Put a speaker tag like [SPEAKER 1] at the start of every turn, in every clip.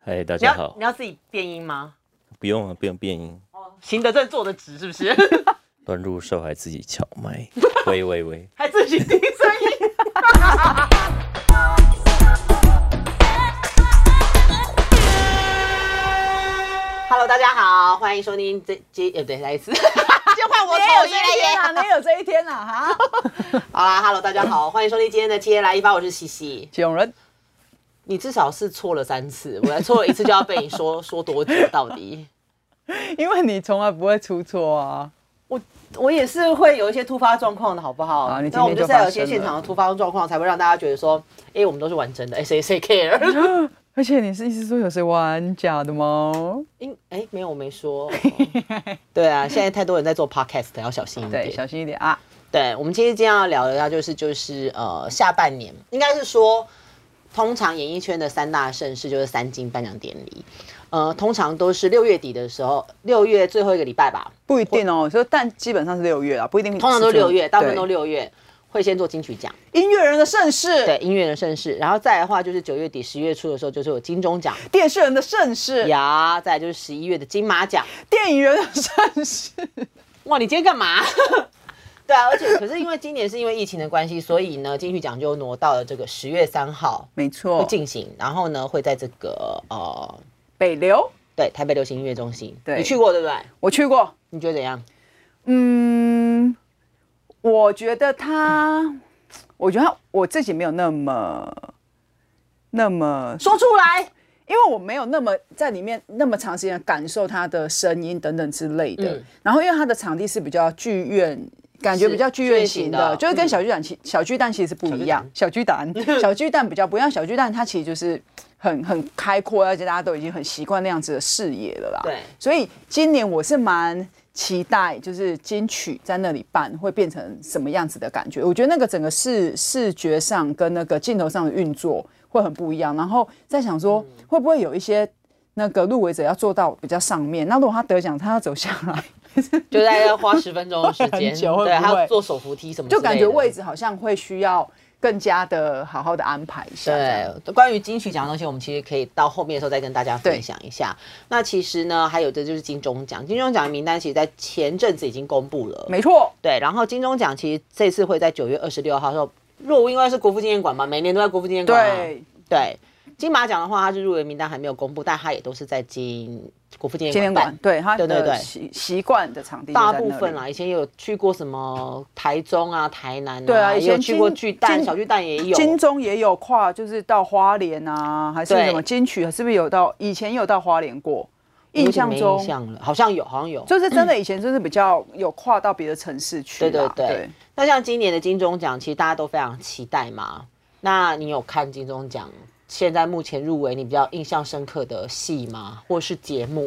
[SPEAKER 1] 嗨，哎大
[SPEAKER 2] 你
[SPEAKER 1] 家
[SPEAKER 2] 要
[SPEAKER 1] 好
[SPEAKER 2] 你。要自己变音吗？
[SPEAKER 1] 不用啊，不用变音，
[SPEAKER 2] 行得正坐得直是不 是？
[SPEAKER 1] 乱入兽还自己敲 麦。喂喂喂，
[SPEAKER 2] 还自己听声音？Hello，大家好，欢迎收听这这呃对，来一次， 就换我
[SPEAKER 3] 没
[SPEAKER 2] 凑
[SPEAKER 3] 有
[SPEAKER 2] 音
[SPEAKER 3] 这一天
[SPEAKER 2] 了耶。
[SPEAKER 3] 啊，没有这一天啊！哈，
[SPEAKER 2] 好啦，Hello，大家好，欢迎收听今天的《接来一发》，我是西西。
[SPEAKER 3] 囧人
[SPEAKER 2] 你至少是错了三次，我来错了一次就要被你说说多久到底？
[SPEAKER 3] 因为你从来不会出错啊，
[SPEAKER 2] 我我也是会有一些突发状况的，好不好？
[SPEAKER 3] 啊好你今天
[SPEAKER 2] 那我们就是要有一些
[SPEAKER 3] 就发生
[SPEAKER 2] 现
[SPEAKER 3] 了
[SPEAKER 2] 场的突发状况，才会让大家觉得说，哎、我们都是玩真的，哎、谁谁 care？
[SPEAKER 3] 而且你是意思说有谁玩假的吗？
[SPEAKER 2] 因哎、没有，我没 说。对啊，现在太多人在做 podcast，要小心一点。
[SPEAKER 3] 对，小心一点啊！
[SPEAKER 2] 对，我们今天今天要聊的，它就是就是呃，下半年应该是说，通常演艺圈的三大盛事就是三金颁奖典礼，呃，通常都是六月底的时候，六月最后一个礼拜吧，
[SPEAKER 3] 不一定哦，说但基本上是六月啦，啊不一定。
[SPEAKER 2] 通常都六月，大部分都
[SPEAKER 3] 对
[SPEAKER 2] 六月会先做金曲奖，
[SPEAKER 3] 音乐人的盛世，
[SPEAKER 2] 对音乐的盛事，然后再来的话就是九月底十月初的时候就是有金钟奖
[SPEAKER 3] 电视人的盛世，
[SPEAKER 2] 呀，再来就是十一月的金马奖。
[SPEAKER 3] 电影人的盛世。
[SPEAKER 2] 哇，你今天干嘛？ 对啊，而且可是因为今年是因为疫情的关系，所以呢金曲奖就挪到了这个十月三号
[SPEAKER 3] 没
[SPEAKER 2] 会
[SPEAKER 3] 错，
[SPEAKER 2] 进行，然后呢会在这个呃
[SPEAKER 3] 北流
[SPEAKER 2] 对台北流行音乐中心，
[SPEAKER 3] 对
[SPEAKER 2] 你去过对不对？
[SPEAKER 3] 我去过，
[SPEAKER 2] 你觉得怎样？
[SPEAKER 3] 嗯，我觉得他，我觉得他我自己没有那么那么
[SPEAKER 2] 说出来。
[SPEAKER 3] 因为我没有那么在里面那么长时间感受它的声音等等之类的。
[SPEAKER 2] 嗯
[SPEAKER 3] 然后因为它的场地是比较剧院，感觉比较剧院型
[SPEAKER 2] 剧院
[SPEAKER 3] 的，
[SPEAKER 2] 型的
[SPEAKER 3] 就是
[SPEAKER 2] 嗯
[SPEAKER 3] 跟小巨蛋其、小巨蛋其实不一样。小巨蛋， 小巨蛋比较不一样。小巨蛋它其实就是很很开阔，而且大家都已经很习惯那样子的视野了啦。
[SPEAKER 2] 对
[SPEAKER 3] 所以今年我是蛮。期待就是金曲在那里办会变成什么样子的感觉？我觉得那个整个视视觉上跟那个镜头上的运作会很不一样。然后在想说，
[SPEAKER 2] 嗯
[SPEAKER 3] 会不会有一些那个入围者要做到比较上面？那如果他得奖，他要走下来，
[SPEAKER 2] 就大概要花十分钟的时
[SPEAKER 3] 会
[SPEAKER 2] 间，
[SPEAKER 3] 很久会
[SPEAKER 2] 对，
[SPEAKER 3] 不
[SPEAKER 2] 还要
[SPEAKER 3] 会
[SPEAKER 2] 坐手扶梯什么之类
[SPEAKER 3] 就
[SPEAKER 2] 的，
[SPEAKER 3] 感觉位置好像会需要更加的好好的安排一下。这样，
[SPEAKER 2] 对，关于金曲奖的东西，我们其实可以到后面的时候再跟大家分享一下。那其实呢，还有的就是金钟奖，金钟奖的名单其实在前阵子已经公布了。
[SPEAKER 3] 没错，
[SPEAKER 2] 对，然后金钟奖其实这次会在九月二十六号的时候入围，应该是国父纪念馆嘛，每年都在国父纪念馆啊、
[SPEAKER 3] 对，
[SPEAKER 2] 对，金马奖的话，它是入围名单还没有公布，但它也都是在金国父纪
[SPEAKER 3] 纪
[SPEAKER 2] 念
[SPEAKER 3] 念
[SPEAKER 2] 馆
[SPEAKER 3] 馆
[SPEAKER 2] 办。
[SPEAKER 3] 对他
[SPEAKER 2] 对对对
[SPEAKER 3] 的习习惯的场地就在
[SPEAKER 2] 大
[SPEAKER 3] 那里
[SPEAKER 2] 部分啦，以前也有去过什么台中啊、台南啊，
[SPEAKER 3] 对啊以
[SPEAKER 2] 也有
[SPEAKER 3] 前
[SPEAKER 2] 去过
[SPEAKER 3] 金
[SPEAKER 2] 巨蛋、
[SPEAKER 3] 金
[SPEAKER 2] 小巨蛋也有。
[SPEAKER 3] 金钟也有跨，就是到花莲啊，还是
[SPEAKER 2] 对
[SPEAKER 3] 什么金曲，是不是有到以前有到花莲过？
[SPEAKER 2] 我有
[SPEAKER 3] 印
[SPEAKER 2] 点
[SPEAKER 3] 象
[SPEAKER 2] 没
[SPEAKER 3] 中
[SPEAKER 2] 印象了，好像有，好像有。
[SPEAKER 3] 就是真的以前就是比较有跨到别的城市去
[SPEAKER 2] 对
[SPEAKER 3] 啦。
[SPEAKER 2] 对对。那像今年的金钟奖，其实大家都非常期待嘛。那你有看金钟奖现在目前入围你比较印象深刻的戏吗？或是节目？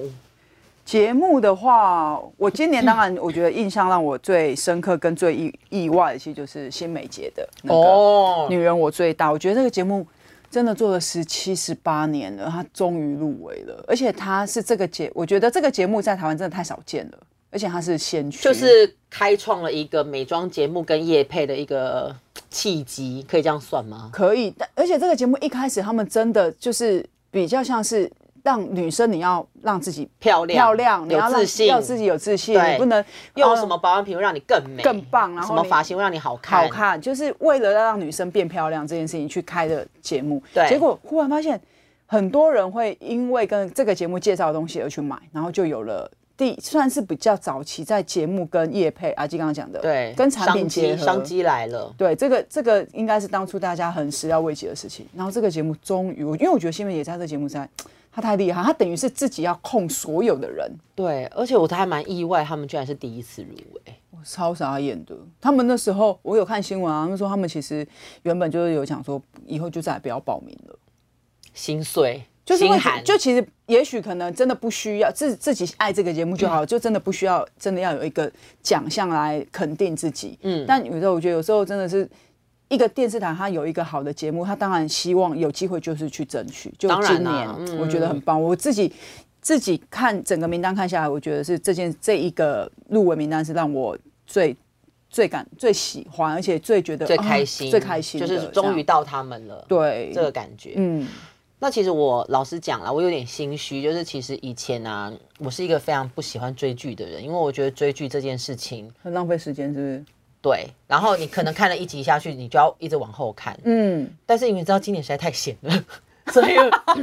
[SPEAKER 3] 节目的话，我今年当然我觉得印象让我最深刻跟最意意外的，其实就是新美节的那个
[SPEAKER 2] 哦
[SPEAKER 3] 《女人我最大》。我觉得这个节目真的做了十七十八年了，它终于入围了，而且它是这个节，我觉得这个节目在台湾真的太少见了，而且它是先驱，
[SPEAKER 2] 就是开创了一个美妆节目跟夜配的一个契机，可以这样算吗？
[SPEAKER 3] 可以，但而且这个节目一开始他们真的就是比较像是让女生你要让自己
[SPEAKER 2] 漂亮，
[SPEAKER 3] 漂亮，你
[SPEAKER 2] 有
[SPEAKER 3] 要让
[SPEAKER 2] 自信，
[SPEAKER 3] 要自己有自信，
[SPEAKER 2] 对
[SPEAKER 3] 你不能
[SPEAKER 2] 用
[SPEAKER 3] 呃
[SPEAKER 2] 什么保养品会让你更美、
[SPEAKER 3] 更棒然后
[SPEAKER 2] 什么
[SPEAKER 3] 你
[SPEAKER 2] 发型会让你好看？
[SPEAKER 3] 好看，就是为了要让女生变漂亮这件事情去开的节目。
[SPEAKER 2] 对
[SPEAKER 3] 结果忽然发现很多人会因为跟这个节目介绍的东西而去买，然后就有了。第算是比较早期在节目跟业配阿基刚刚讲的，
[SPEAKER 2] 对，
[SPEAKER 3] 跟产品
[SPEAKER 2] 商机
[SPEAKER 3] 结合，
[SPEAKER 2] 商机来了。
[SPEAKER 3] 对，这个这个应该是当初大家很始料未及的事情。然后这个节目终于，我因为我觉得新闻也在这个节目在，他太厉害，他等于是自己要控所有的人，
[SPEAKER 2] 对，而且我还蛮意外，他们居然是第一次入围。
[SPEAKER 3] 我超傻眼的。他们那时候我有看新闻啊，他们说他们其实原本就是有讲说以后就再也不要报名了，
[SPEAKER 2] 心碎，
[SPEAKER 3] 就是会
[SPEAKER 2] 心寒，
[SPEAKER 3] 就其实也许可能真的不需要自自己爱这个节目
[SPEAKER 2] 嗯
[SPEAKER 3] 就好，就真的不需要真的要有一个奖项来肯定自己。嗯，但有时候我觉得有时候真的是。一个电视台，它有一个好的节目，它当然希望有机会就是去争取。就
[SPEAKER 2] 当然
[SPEAKER 3] 今年
[SPEAKER 2] 啦，嗯
[SPEAKER 3] 我觉得很棒。我自己自己看整个名单看下来，我觉得是这件这一个入围名单是让我最最感最喜欢，而且最觉得
[SPEAKER 2] 最
[SPEAKER 3] 啊
[SPEAKER 2] 开心，
[SPEAKER 3] 最开心
[SPEAKER 2] 就
[SPEAKER 3] 的，
[SPEAKER 2] 是终于
[SPEAKER 3] 到
[SPEAKER 2] 到他们了。
[SPEAKER 3] 对
[SPEAKER 2] 这个感觉，
[SPEAKER 3] 嗯，
[SPEAKER 2] 那其实我老实讲啦，我有点心虚，就是其实以前啊，我是一个非常不喜欢追剧的人，因为我觉得追剧这件事情，
[SPEAKER 3] 很浪费时间，是不是？
[SPEAKER 2] 对，然后你可能看了一集下去，你就要一直往后看。
[SPEAKER 3] 嗯，
[SPEAKER 2] 但是你们知道今年实在太闲了，所以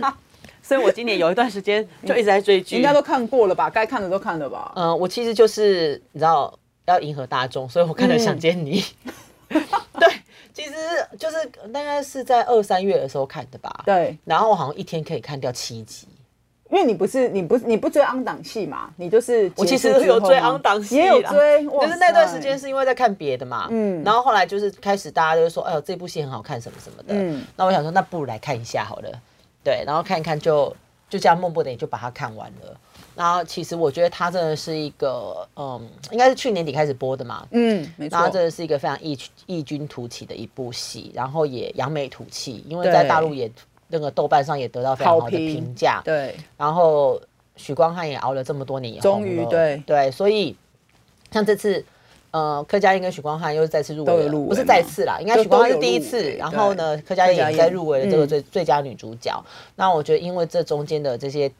[SPEAKER 4] 所以我今年有一段时间
[SPEAKER 2] 嗯
[SPEAKER 4] 就一直在追剧，
[SPEAKER 3] 应该都看过了吧？该看的都看了吧？
[SPEAKER 2] 呃，我其实就是你知道要迎合大众，所以我看了
[SPEAKER 4] 嗯
[SPEAKER 2] 《想见你》 对，其实就是大概是在二三月的时候看的吧。
[SPEAKER 3] 对，
[SPEAKER 2] 然后我好像一天可以看掉七集。
[SPEAKER 3] 因为你不是你不你不追昂档戏嘛，你就是
[SPEAKER 4] 我其实
[SPEAKER 3] 结束之
[SPEAKER 4] 有
[SPEAKER 3] 后
[SPEAKER 4] 追
[SPEAKER 3] 吗
[SPEAKER 4] 昂档戏
[SPEAKER 3] 也有
[SPEAKER 4] 啦
[SPEAKER 3] 追，就
[SPEAKER 2] 就是那段时间是因为在看别的嘛，嗯
[SPEAKER 3] 嗯，
[SPEAKER 2] 然后后来就是开始大家就说，哎呦这部戏很好看什么什么的，嗯
[SPEAKER 3] 嗯，
[SPEAKER 2] 那我想说那不如来看一下好了，对，然后看一看就就这样默默的也就把它看完了。然后其实我觉得它真的是一个，嗯，应该是去年底开始播的嘛，
[SPEAKER 3] 嗯，没
[SPEAKER 2] 然后
[SPEAKER 3] 错，
[SPEAKER 2] 真的是一个非常异异军突起的一部戏，然后也扬眉吐气，因为在大陆也那个豆瓣上也得到非常好的
[SPEAKER 3] 好评
[SPEAKER 2] 评价，
[SPEAKER 3] 对，
[SPEAKER 2] 然后许光汉也熬了这么多年也红了，
[SPEAKER 3] 终于对
[SPEAKER 2] 对，所以像这次。呃，柯佳嬿跟许光汉又是再次入围
[SPEAKER 3] 都
[SPEAKER 2] 了，
[SPEAKER 3] 有入围
[SPEAKER 2] 不是
[SPEAKER 3] 嘛
[SPEAKER 2] 再次啦，应该
[SPEAKER 3] 就
[SPEAKER 2] 许光汉是
[SPEAKER 3] 都有
[SPEAKER 2] 第一
[SPEAKER 3] 入
[SPEAKER 2] 次，
[SPEAKER 3] 围
[SPEAKER 2] 然后呢，柯佳嬿
[SPEAKER 3] 柯佳
[SPEAKER 2] 也
[SPEAKER 3] 嬿
[SPEAKER 2] 在入围了这个
[SPEAKER 3] 嗯
[SPEAKER 2] 最、最佳女主角。那我觉得，因为这中间的这些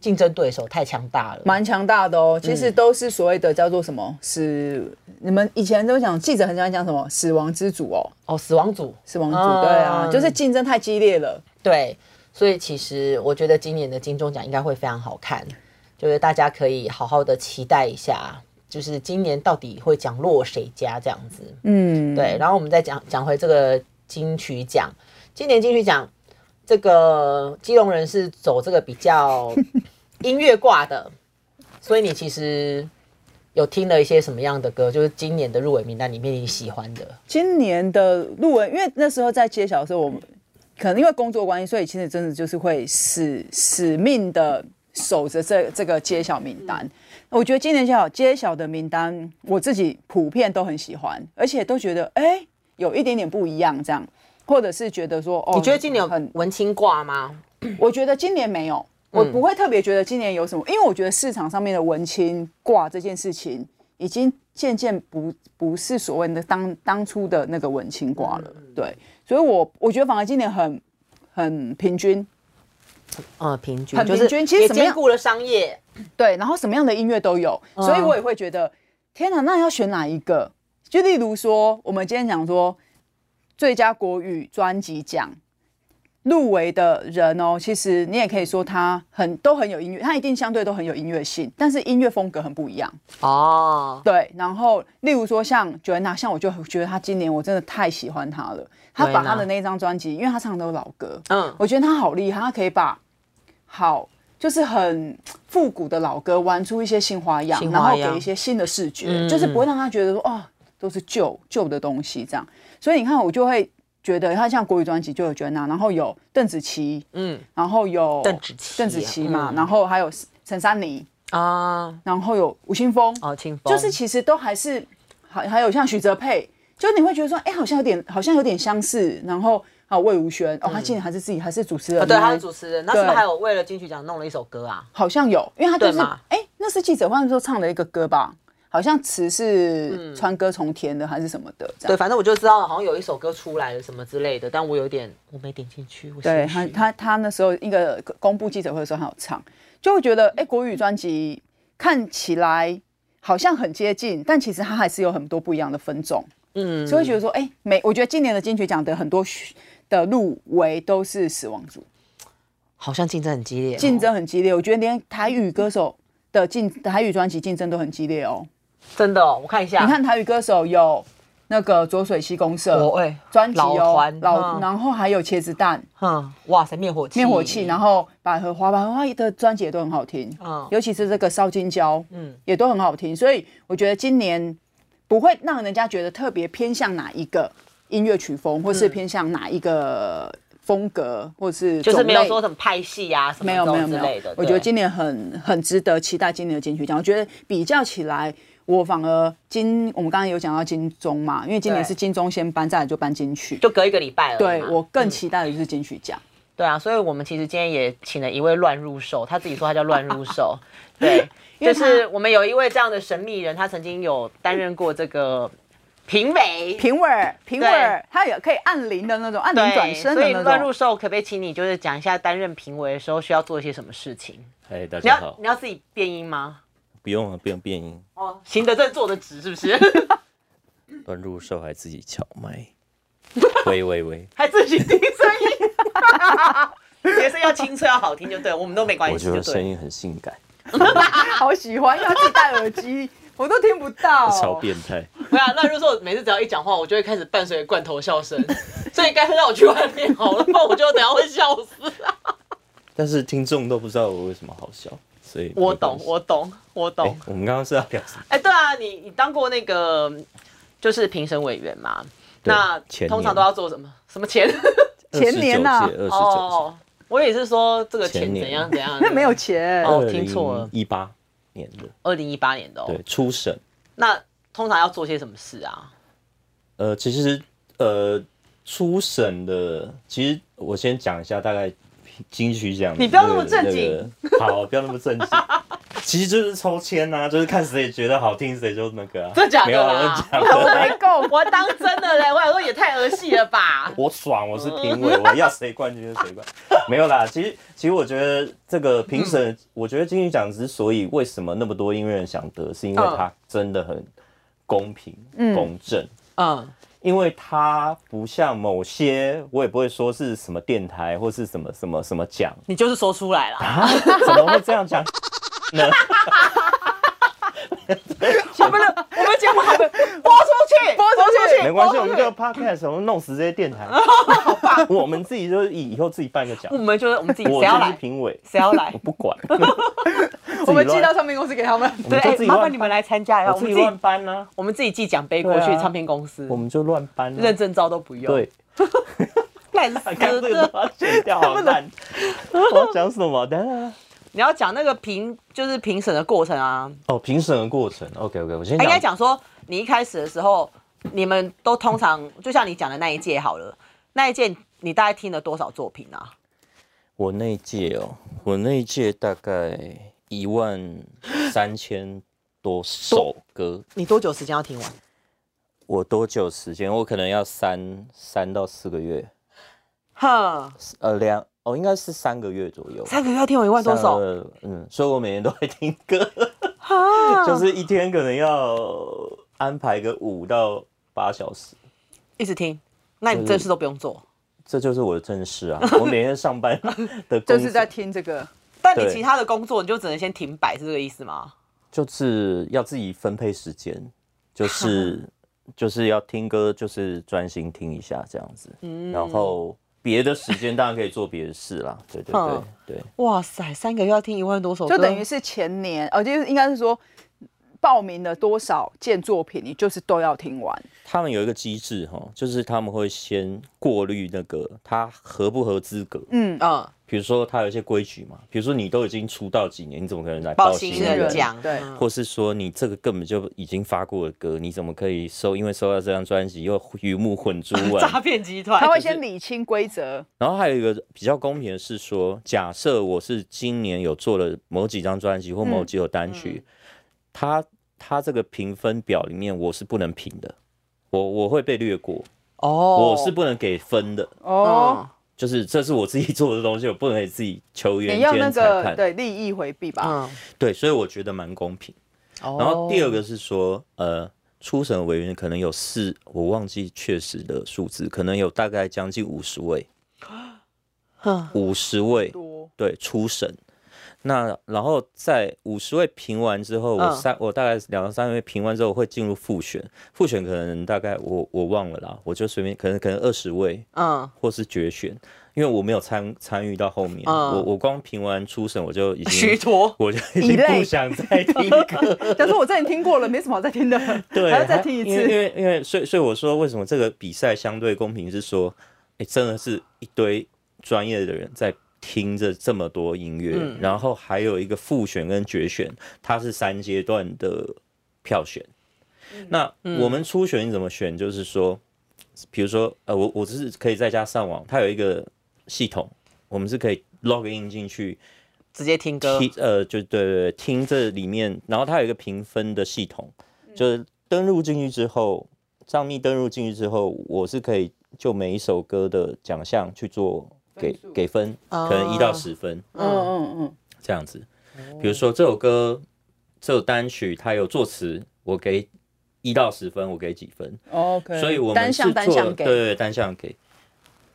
[SPEAKER 2] 竞争对手太强大了，
[SPEAKER 3] 蛮强大的哦。其
[SPEAKER 4] 嗯
[SPEAKER 3] 实都是所谓的叫做什么死，你们以前都讲记者很喜欢讲什么死亡之主哦，
[SPEAKER 2] 哦，死亡组
[SPEAKER 3] 死亡之
[SPEAKER 2] 嗯
[SPEAKER 3] 主，对啊，就是竞争太激烈了。
[SPEAKER 2] 对，所以其实我觉得今年的金钟奖应该会非常好看，就是大家可以好好的期待一下，就是今年到底会奖落谁家这样子。
[SPEAKER 3] 嗯，
[SPEAKER 2] 对，然后我们再讲讲回这个金曲奖，今年金曲奖这个基隆人是走这个比 较音乐挂的，所以你其实有听了一些什么样的歌？就是今年的入围名单里面你喜欢的，
[SPEAKER 3] 今年的入围，因为那时候在揭晓的时候，我们可能因为工作关系，所以其实真的就是会使使命的守着这这个揭晓名单。我觉得今年揭晓揭晓的名单，我自己普遍都很喜欢，而且都觉得哎、有一点点不一样这样，或者是觉得说哦，
[SPEAKER 2] 你觉得今年有
[SPEAKER 3] 很？
[SPEAKER 2] 文青挂吗？
[SPEAKER 3] 我觉得今年没有，我不会特别觉得今年有什么，因为我觉得市场上面的文青挂这件事情，已经渐渐不不是所谓的当当初的那个文青挂了。对，所以我我觉得反而今年很很平均，
[SPEAKER 2] 呃，平均
[SPEAKER 3] 很
[SPEAKER 2] 就
[SPEAKER 3] 平
[SPEAKER 2] 是
[SPEAKER 3] 均其实
[SPEAKER 2] 也
[SPEAKER 3] 怎么
[SPEAKER 2] 兼
[SPEAKER 3] 样
[SPEAKER 2] 顾了商业，
[SPEAKER 3] 对，然后什么样的音乐都有，所以我也会觉得，天哪，那要选哪一个？就例如说，我们今天讲说最佳国语专辑奖入围的人哦，其实你也可以说他很都很有音乐，他一定相对都很有音乐性，但是音乐风格很不一样。
[SPEAKER 2] 哦，
[SPEAKER 3] 对，然后例如说像 Joanna，像我就觉得她今年我真的太喜欢她了。她把她
[SPEAKER 2] Joanna
[SPEAKER 3] 的那一张专辑，因为她唱的都是老歌，
[SPEAKER 2] 嗯
[SPEAKER 3] 我觉得她好厉害，她可以把好就是很复古的老歌玩出一些新花样，
[SPEAKER 2] 新
[SPEAKER 3] 然
[SPEAKER 2] 花
[SPEAKER 3] 后
[SPEAKER 2] 样嗯
[SPEAKER 3] 给一些新的视觉，就是不会让她觉得说哦都是旧旧的东西这样。所以你看，我就会觉得她像国语专辑就有 Joanna，然后有邓紫棋，
[SPEAKER 2] 嗯
[SPEAKER 3] 然后有
[SPEAKER 2] 邓紫棋
[SPEAKER 3] 邓紫棋嘛，
[SPEAKER 2] 嗯
[SPEAKER 3] 然后还有陈珊妮，
[SPEAKER 2] 啊，
[SPEAKER 3] 然后有吴青峰，
[SPEAKER 2] 哦，清风
[SPEAKER 3] 就是其实都还是还还有像许哲佩，就你会觉得说，哎、好像有点好像有点相似，然后还有魏无轩，哦，他竟然还是自己还是主持人、
[SPEAKER 2] 嗯哦，对，他是主持人，那是不是
[SPEAKER 3] 对
[SPEAKER 2] 还有为了金曲奖弄了一首歌啊？
[SPEAKER 3] 好像有，因为他就是
[SPEAKER 2] 对嘛
[SPEAKER 3] 哎、那是记者会的时候唱的一个歌吧，好像词
[SPEAKER 2] 嗯
[SPEAKER 3] 是川歌从填的还是什么的，这
[SPEAKER 2] 对，
[SPEAKER 3] 样。
[SPEAKER 2] 反正我就知道好像有一首歌出来了什么之类的，但我有点我没点进去。我
[SPEAKER 3] 对
[SPEAKER 2] 心
[SPEAKER 3] 他，
[SPEAKER 2] 虚
[SPEAKER 3] 他他那时候一个公布记者会的时候，他有唱，就会觉得，哎、国语专辑看起来好像很接近，但其实它还是有很多不一样的分众。
[SPEAKER 2] 嗯，
[SPEAKER 3] 所以会觉得说，哎、每我觉得今年的金曲奖的很多许的入围都是死亡组，
[SPEAKER 2] 好像竞争很激烈、哦，
[SPEAKER 3] 竞争很激烈。我觉得连台语歌手的竞台语专辑竞争都很激烈哦。
[SPEAKER 2] 真的、哦，我看一下，
[SPEAKER 3] 你看台语歌手有那个浊水溪公
[SPEAKER 2] 我
[SPEAKER 3] 社
[SPEAKER 2] 哎、
[SPEAKER 3] 专辑
[SPEAKER 2] 老
[SPEAKER 3] 哦
[SPEAKER 2] 团，
[SPEAKER 3] 老，
[SPEAKER 2] 嗯
[SPEAKER 3] 然后还有茄子蛋、
[SPEAKER 2] 哼，哇塞，灭火器，
[SPEAKER 3] 灭火器，然
[SPEAKER 2] 后
[SPEAKER 3] 后百合花，百合花的专辑也都很好听，
[SPEAKER 2] 嗯
[SPEAKER 3] 尤其是这个烧金胶，
[SPEAKER 2] 嗯
[SPEAKER 3] 嗯，也都很好听。所以我觉得今年不会让人家觉得特别偏向哪一个音乐曲风，或是偏向哪一个风格，或是
[SPEAKER 2] 就是没有
[SPEAKER 3] 种类
[SPEAKER 2] 说什么派系啊什么
[SPEAKER 3] 没有没有
[SPEAKER 2] 之
[SPEAKER 3] 没
[SPEAKER 2] 类的
[SPEAKER 3] 有，。我觉得
[SPEAKER 2] 对
[SPEAKER 3] 今年很很值得期待今年的金曲奖。我觉得比较起来，我反而金我们刚刚有讲到金钟嘛，因为今年
[SPEAKER 2] 对
[SPEAKER 3] 是金钟先颁，再来就颁金曲。
[SPEAKER 2] 就隔一个礼拜了嘛，嗯
[SPEAKER 3] 对我更期待的就是金曲奖。
[SPEAKER 2] 对啊，所以我们其实今天也请了一位乱入手，他自己说他叫乱入手， 对，
[SPEAKER 3] 因为
[SPEAKER 2] 就
[SPEAKER 3] 他
[SPEAKER 2] 是我们有一位这样的神秘人，他曾经有担任过这个评委，
[SPEAKER 3] 评委儿，评委儿，它也可以按铃的那种，按铃转身
[SPEAKER 2] 所
[SPEAKER 3] 的
[SPEAKER 2] 以
[SPEAKER 3] 那
[SPEAKER 2] 乱入
[SPEAKER 3] 种。
[SPEAKER 2] 兽可不可以请你就是讲一下担任评委的时候需要做一些什么事情？
[SPEAKER 1] 嗨，哎大
[SPEAKER 2] 你
[SPEAKER 1] 家
[SPEAKER 2] 要
[SPEAKER 1] 好
[SPEAKER 2] 你，要自己变音吗？
[SPEAKER 1] 不用啊，不用变音，
[SPEAKER 2] 哦，行得正坐得直是不是？
[SPEAKER 1] 乱入兽还自己敲麦。喂喂喂，
[SPEAKER 2] 还自己听声音，你的声音要清脆要好听就对了，我们都没关
[SPEAKER 1] 我
[SPEAKER 2] 系
[SPEAKER 1] 觉
[SPEAKER 2] 就
[SPEAKER 1] 得声
[SPEAKER 2] 对了。
[SPEAKER 1] 音很性感，
[SPEAKER 3] 好喜欢，要自己戴耳机，我都听 不
[SPEAKER 2] 哦
[SPEAKER 3] 到。
[SPEAKER 1] 超变态。
[SPEAKER 2] 不要乱入兽，每次只要一讲话，我就会开始伴随罐头笑声，所以干脆让我去外面好了，不然我就等下会笑死。
[SPEAKER 1] 但是听众都不知道我为什么好笑，所以
[SPEAKER 2] 我
[SPEAKER 1] 没关
[SPEAKER 2] 懂，
[SPEAKER 1] 系
[SPEAKER 2] 我懂，我懂。
[SPEAKER 1] 哎我们刚刚是要聊什么？
[SPEAKER 2] 哎、对啊，你你当过那个嗯就是评审委员嘛？
[SPEAKER 1] 对
[SPEAKER 2] 那
[SPEAKER 1] 前
[SPEAKER 2] 通常
[SPEAKER 1] 年
[SPEAKER 2] 都要做什么？什么钱？
[SPEAKER 3] 前年
[SPEAKER 1] 呐，
[SPEAKER 3] 啊
[SPEAKER 1] 二十九
[SPEAKER 2] 哦，我也是说这个钱
[SPEAKER 1] 前年
[SPEAKER 2] 怎样怎样。
[SPEAKER 3] 那没有钱，
[SPEAKER 2] 哦
[SPEAKER 1] 届，
[SPEAKER 2] 听错了
[SPEAKER 1] 一八年的，
[SPEAKER 2] 二零一八年的哦。
[SPEAKER 1] 对，初审。
[SPEAKER 2] 那通常要做些什么事啊？
[SPEAKER 1] 呃，其实呃，初审的，其实我先讲一下大概金曲奖的
[SPEAKER 2] 你
[SPEAKER 1] 个。
[SPEAKER 2] 不要那么正经
[SPEAKER 1] 那个好，不要那么正经。 其实就是抽签呐、啊，就是看谁觉得好听，谁就那个啊。
[SPEAKER 2] 真的假
[SPEAKER 1] 没
[SPEAKER 2] 的
[SPEAKER 1] 有啊
[SPEAKER 2] 啦
[SPEAKER 1] 我讲
[SPEAKER 3] 我
[SPEAKER 1] 的，。
[SPEAKER 3] 没 够。
[SPEAKER 2] 我当真的嘞，我想说也太儿戏了吧
[SPEAKER 1] 我爽，我是评委，我要谁冠军就谁冠。没有啦，其实其实我觉得这个评审，
[SPEAKER 2] 嗯
[SPEAKER 1] 我觉得金曲奖之所以为什么那么多音乐人想得，是因为
[SPEAKER 2] 嗯
[SPEAKER 1] 它真的很公平、公正。
[SPEAKER 2] 嗯，
[SPEAKER 1] 因为它不像某些，我也不会说是什么电台或是什么什么什么 奖
[SPEAKER 2] 你就是说出来了，
[SPEAKER 1] 啊，怎么会这样 讲呢？
[SPEAKER 2] 我们的我们节目还没 播出去，
[SPEAKER 3] 播出去
[SPEAKER 1] 没关系，我们这个 podcast 我们弄死这些电台， 我们自己就是以以后自己办一个奖
[SPEAKER 2] 我，们就是我们自己
[SPEAKER 1] 我
[SPEAKER 2] 谁要
[SPEAKER 1] 就是
[SPEAKER 2] 来
[SPEAKER 1] 评委，
[SPEAKER 2] 谁要来
[SPEAKER 1] 我，不 管，
[SPEAKER 3] 我们寄到唱片公司给他们。
[SPEAKER 1] 我
[SPEAKER 2] 对，
[SPEAKER 1] 们就
[SPEAKER 2] 哎
[SPEAKER 1] 自己
[SPEAKER 2] 麻
[SPEAKER 1] 乱
[SPEAKER 2] 烦你们来参加呀，
[SPEAKER 1] 我
[SPEAKER 2] 我
[SPEAKER 1] 自
[SPEAKER 2] 们
[SPEAKER 1] 己
[SPEAKER 2] 自己
[SPEAKER 1] 乱搬呢、
[SPEAKER 2] 我们自己寄奖杯过
[SPEAKER 1] 对啊
[SPEAKER 2] 去唱片公司
[SPEAKER 1] 我，们就乱搬、啊。
[SPEAKER 2] 认证照都不用，，
[SPEAKER 1] 对，
[SPEAKER 2] 烂
[SPEAKER 1] 刚
[SPEAKER 2] 死
[SPEAKER 1] 刚这个
[SPEAKER 2] 了。
[SPEAKER 1] 都要剪掉，好烂。 我要讲什么？等等。
[SPEAKER 2] 你要讲那个评就是评审的过程啊，
[SPEAKER 1] 哦，评审的过程。OK OK，我先
[SPEAKER 2] 哎应该
[SPEAKER 1] 讲。
[SPEAKER 2] 讲说你一开始的时候，你们都通常就像你讲的那一届好了，那一届你大概听了多少作品啊？
[SPEAKER 1] 我那一届哦，我那一届大概一万三千多首歌。
[SPEAKER 2] 你多久时间要听完？
[SPEAKER 1] 我多久时间？我可能要三三到四个月，
[SPEAKER 2] 哼，
[SPEAKER 1] 呃，两哦，应该是三个月左右。
[SPEAKER 2] 三个月要听完一万多首，
[SPEAKER 1] 三个嗯，所以我每天都会听 歌，
[SPEAKER 2] 哈，
[SPEAKER 1] 就是一天可能要安排个五到八小时。
[SPEAKER 2] 一直听。那你
[SPEAKER 1] 就是
[SPEAKER 2] 正事都不用做，
[SPEAKER 1] 这就是我的正事啊！我每天上班 的工作
[SPEAKER 3] 就是在听这个，
[SPEAKER 2] 但你
[SPEAKER 1] 对
[SPEAKER 2] 其他的工作你就只能先停摆，是这个意思吗？
[SPEAKER 1] 就是要自己分配时间，就是就是要听歌，就是专心听一下这样子。
[SPEAKER 2] 嗯
[SPEAKER 1] 然后别的时间当然可以做别的事啦。对对对
[SPEAKER 2] 嗯
[SPEAKER 1] 对，
[SPEAKER 2] 哇塞，三个月要听一万多
[SPEAKER 1] 哦
[SPEAKER 2] 首歌，
[SPEAKER 3] 就等于是前年，呃，就是应该是说报名了多少件作品，你就是都要听完。
[SPEAKER 1] 他们有一个机制哈，就是他们会先过滤那个他合不合资格。
[SPEAKER 3] 嗯，
[SPEAKER 2] 嗯，
[SPEAKER 1] 比如说他有一些规矩嘛，比如说你都已经出道几年，你怎么可能来
[SPEAKER 2] 报
[SPEAKER 1] 报
[SPEAKER 2] 新
[SPEAKER 1] 新
[SPEAKER 3] 人
[SPEAKER 2] 人
[SPEAKER 1] 人？
[SPEAKER 2] 奖，
[SPEAKER 3] 对
[SPEAKER 2] 嗯
[SPEAKER 1] 或是说你这个根本就已经发过的歌，你怎么可以收？因为收到这张专辑又鱼目混 珠
[SPEAKER 2] 诈
[SPEAKER 1] 啊。
[SPEAKER 2] 骗集团，
[SPEAKER 3] 他会先理清规则，
[SPEAKER 1] 然后还有一个比较公平的是说，假设我是今年有做了某几张专辑或
[SPEAKER 3] 嗯
[SPEAKER 1] 某几首单曲，它它这个评分表里面我是不能评的，我我会被略过，
[SPEAKER 2] 哦，
[SPEAKER 1] 我是不能给分的。
[SPEAKER 3] 哦，
[SPEAKER 1] 就是这是我自己 做的东西，我不能给自己球员
[SPEAKER 3] 你用那
[SPEAKER 1] 兼裁
[SPEAKER 3] 个
[SPEAKER 1] 判。
[SPEAKER 3] 对利益回避
[SPEAKER 1] 哦
[SPEAKER 3] 吧。
[SPEAKER 2] 嗯，
[SPEAKER 1] 对，所以我觉得蛮公平。
[SPEAKER 2] 然
[SPEAKER 3] 哦
[SPEAKER 1] 然后第二个是说，呃，初审委员可能有四，我忘记确实的数字，可能有大概将近五十位，五十位，
[SPEAKER 3] 多
[SPEAKER 1] 对，初审。那然后在五十位评完之后，我
[SPEAKER 2] 嗯
[SPEAKER 1] 三、我大概两到三位评完之后会进入复选，复选可能大概我我忘了啦，我就随便可能可能二十位
[SPEAKER 2] 嗯，
[SPEAKER 1] 或是决选，因为我没有参参与到后面，
[SPEAKER 2] 嗯
[SPEAKER 1] 我我光评完初审我就已
[SPEAKER 2] 虚
[SPEAKER 1] 经
[SPEAKER 2] 脱，
[SPEAKER 1] 我就已经
[SPEAKER 3] 累
[SPEAKER 1] 不想再听歌了
[SPEAKER 3] 但是我这里听过了，没什么好再听的，
[SPEAKER 1] 对，
[SPEAKER 3] 还要再听一
[SPEAKER 1] 因为因
[SPEAKER 3] 次。
[SPEAKER 1] 为因为，所以所以我说，为什么这个比赛相对公平是说，哎、真的是一堆专业的人在听着这么多音乐，
[SPEAKER 3] 嗯
[SPEAKER 1] 然后还有一个复选跟决选，它是三阶段的票选。
[SPEAKER 3] 嗯
[SPEAKER 1] 那我们初选怎么选？就是说，比如说，呃，我我只是可以在家上网，它有一个系统，我们是可以 log in 进去，
[SPEAKER 2] 直接听歌，
[SPEAKER 1] 听呃，就对对对，
[SPEAKER 3] 嗯
[SPEAKER 1] 听这里面，然后它有一个评分的系统，就是登录进去之后，账密登入进去之后，我是可以就每一首歌的奖项去做给
[SPEAKER 3] 分数
[SPEAKER 1] 给分，可能一到十分
[SPEAKER 3] 嗯嗯嗯，
[SPEAKER 1] 这样子。比如说这首歌，这首单曲它有作词，我给一到十分，我给几分？
[SPEAKER 3] 哦 OK，
[SPEAKER 1] 所以我
[SPEAKER 3] 单
[SPEAKER 1] 们是
[SPEAKER 3] 项单
[SPEAKER 1] 做
[SPEAKER 3] 项
[SPEAKER 1] 了
[SPEAKER 3] 给，
[SPEAKER 1] 对对单项给，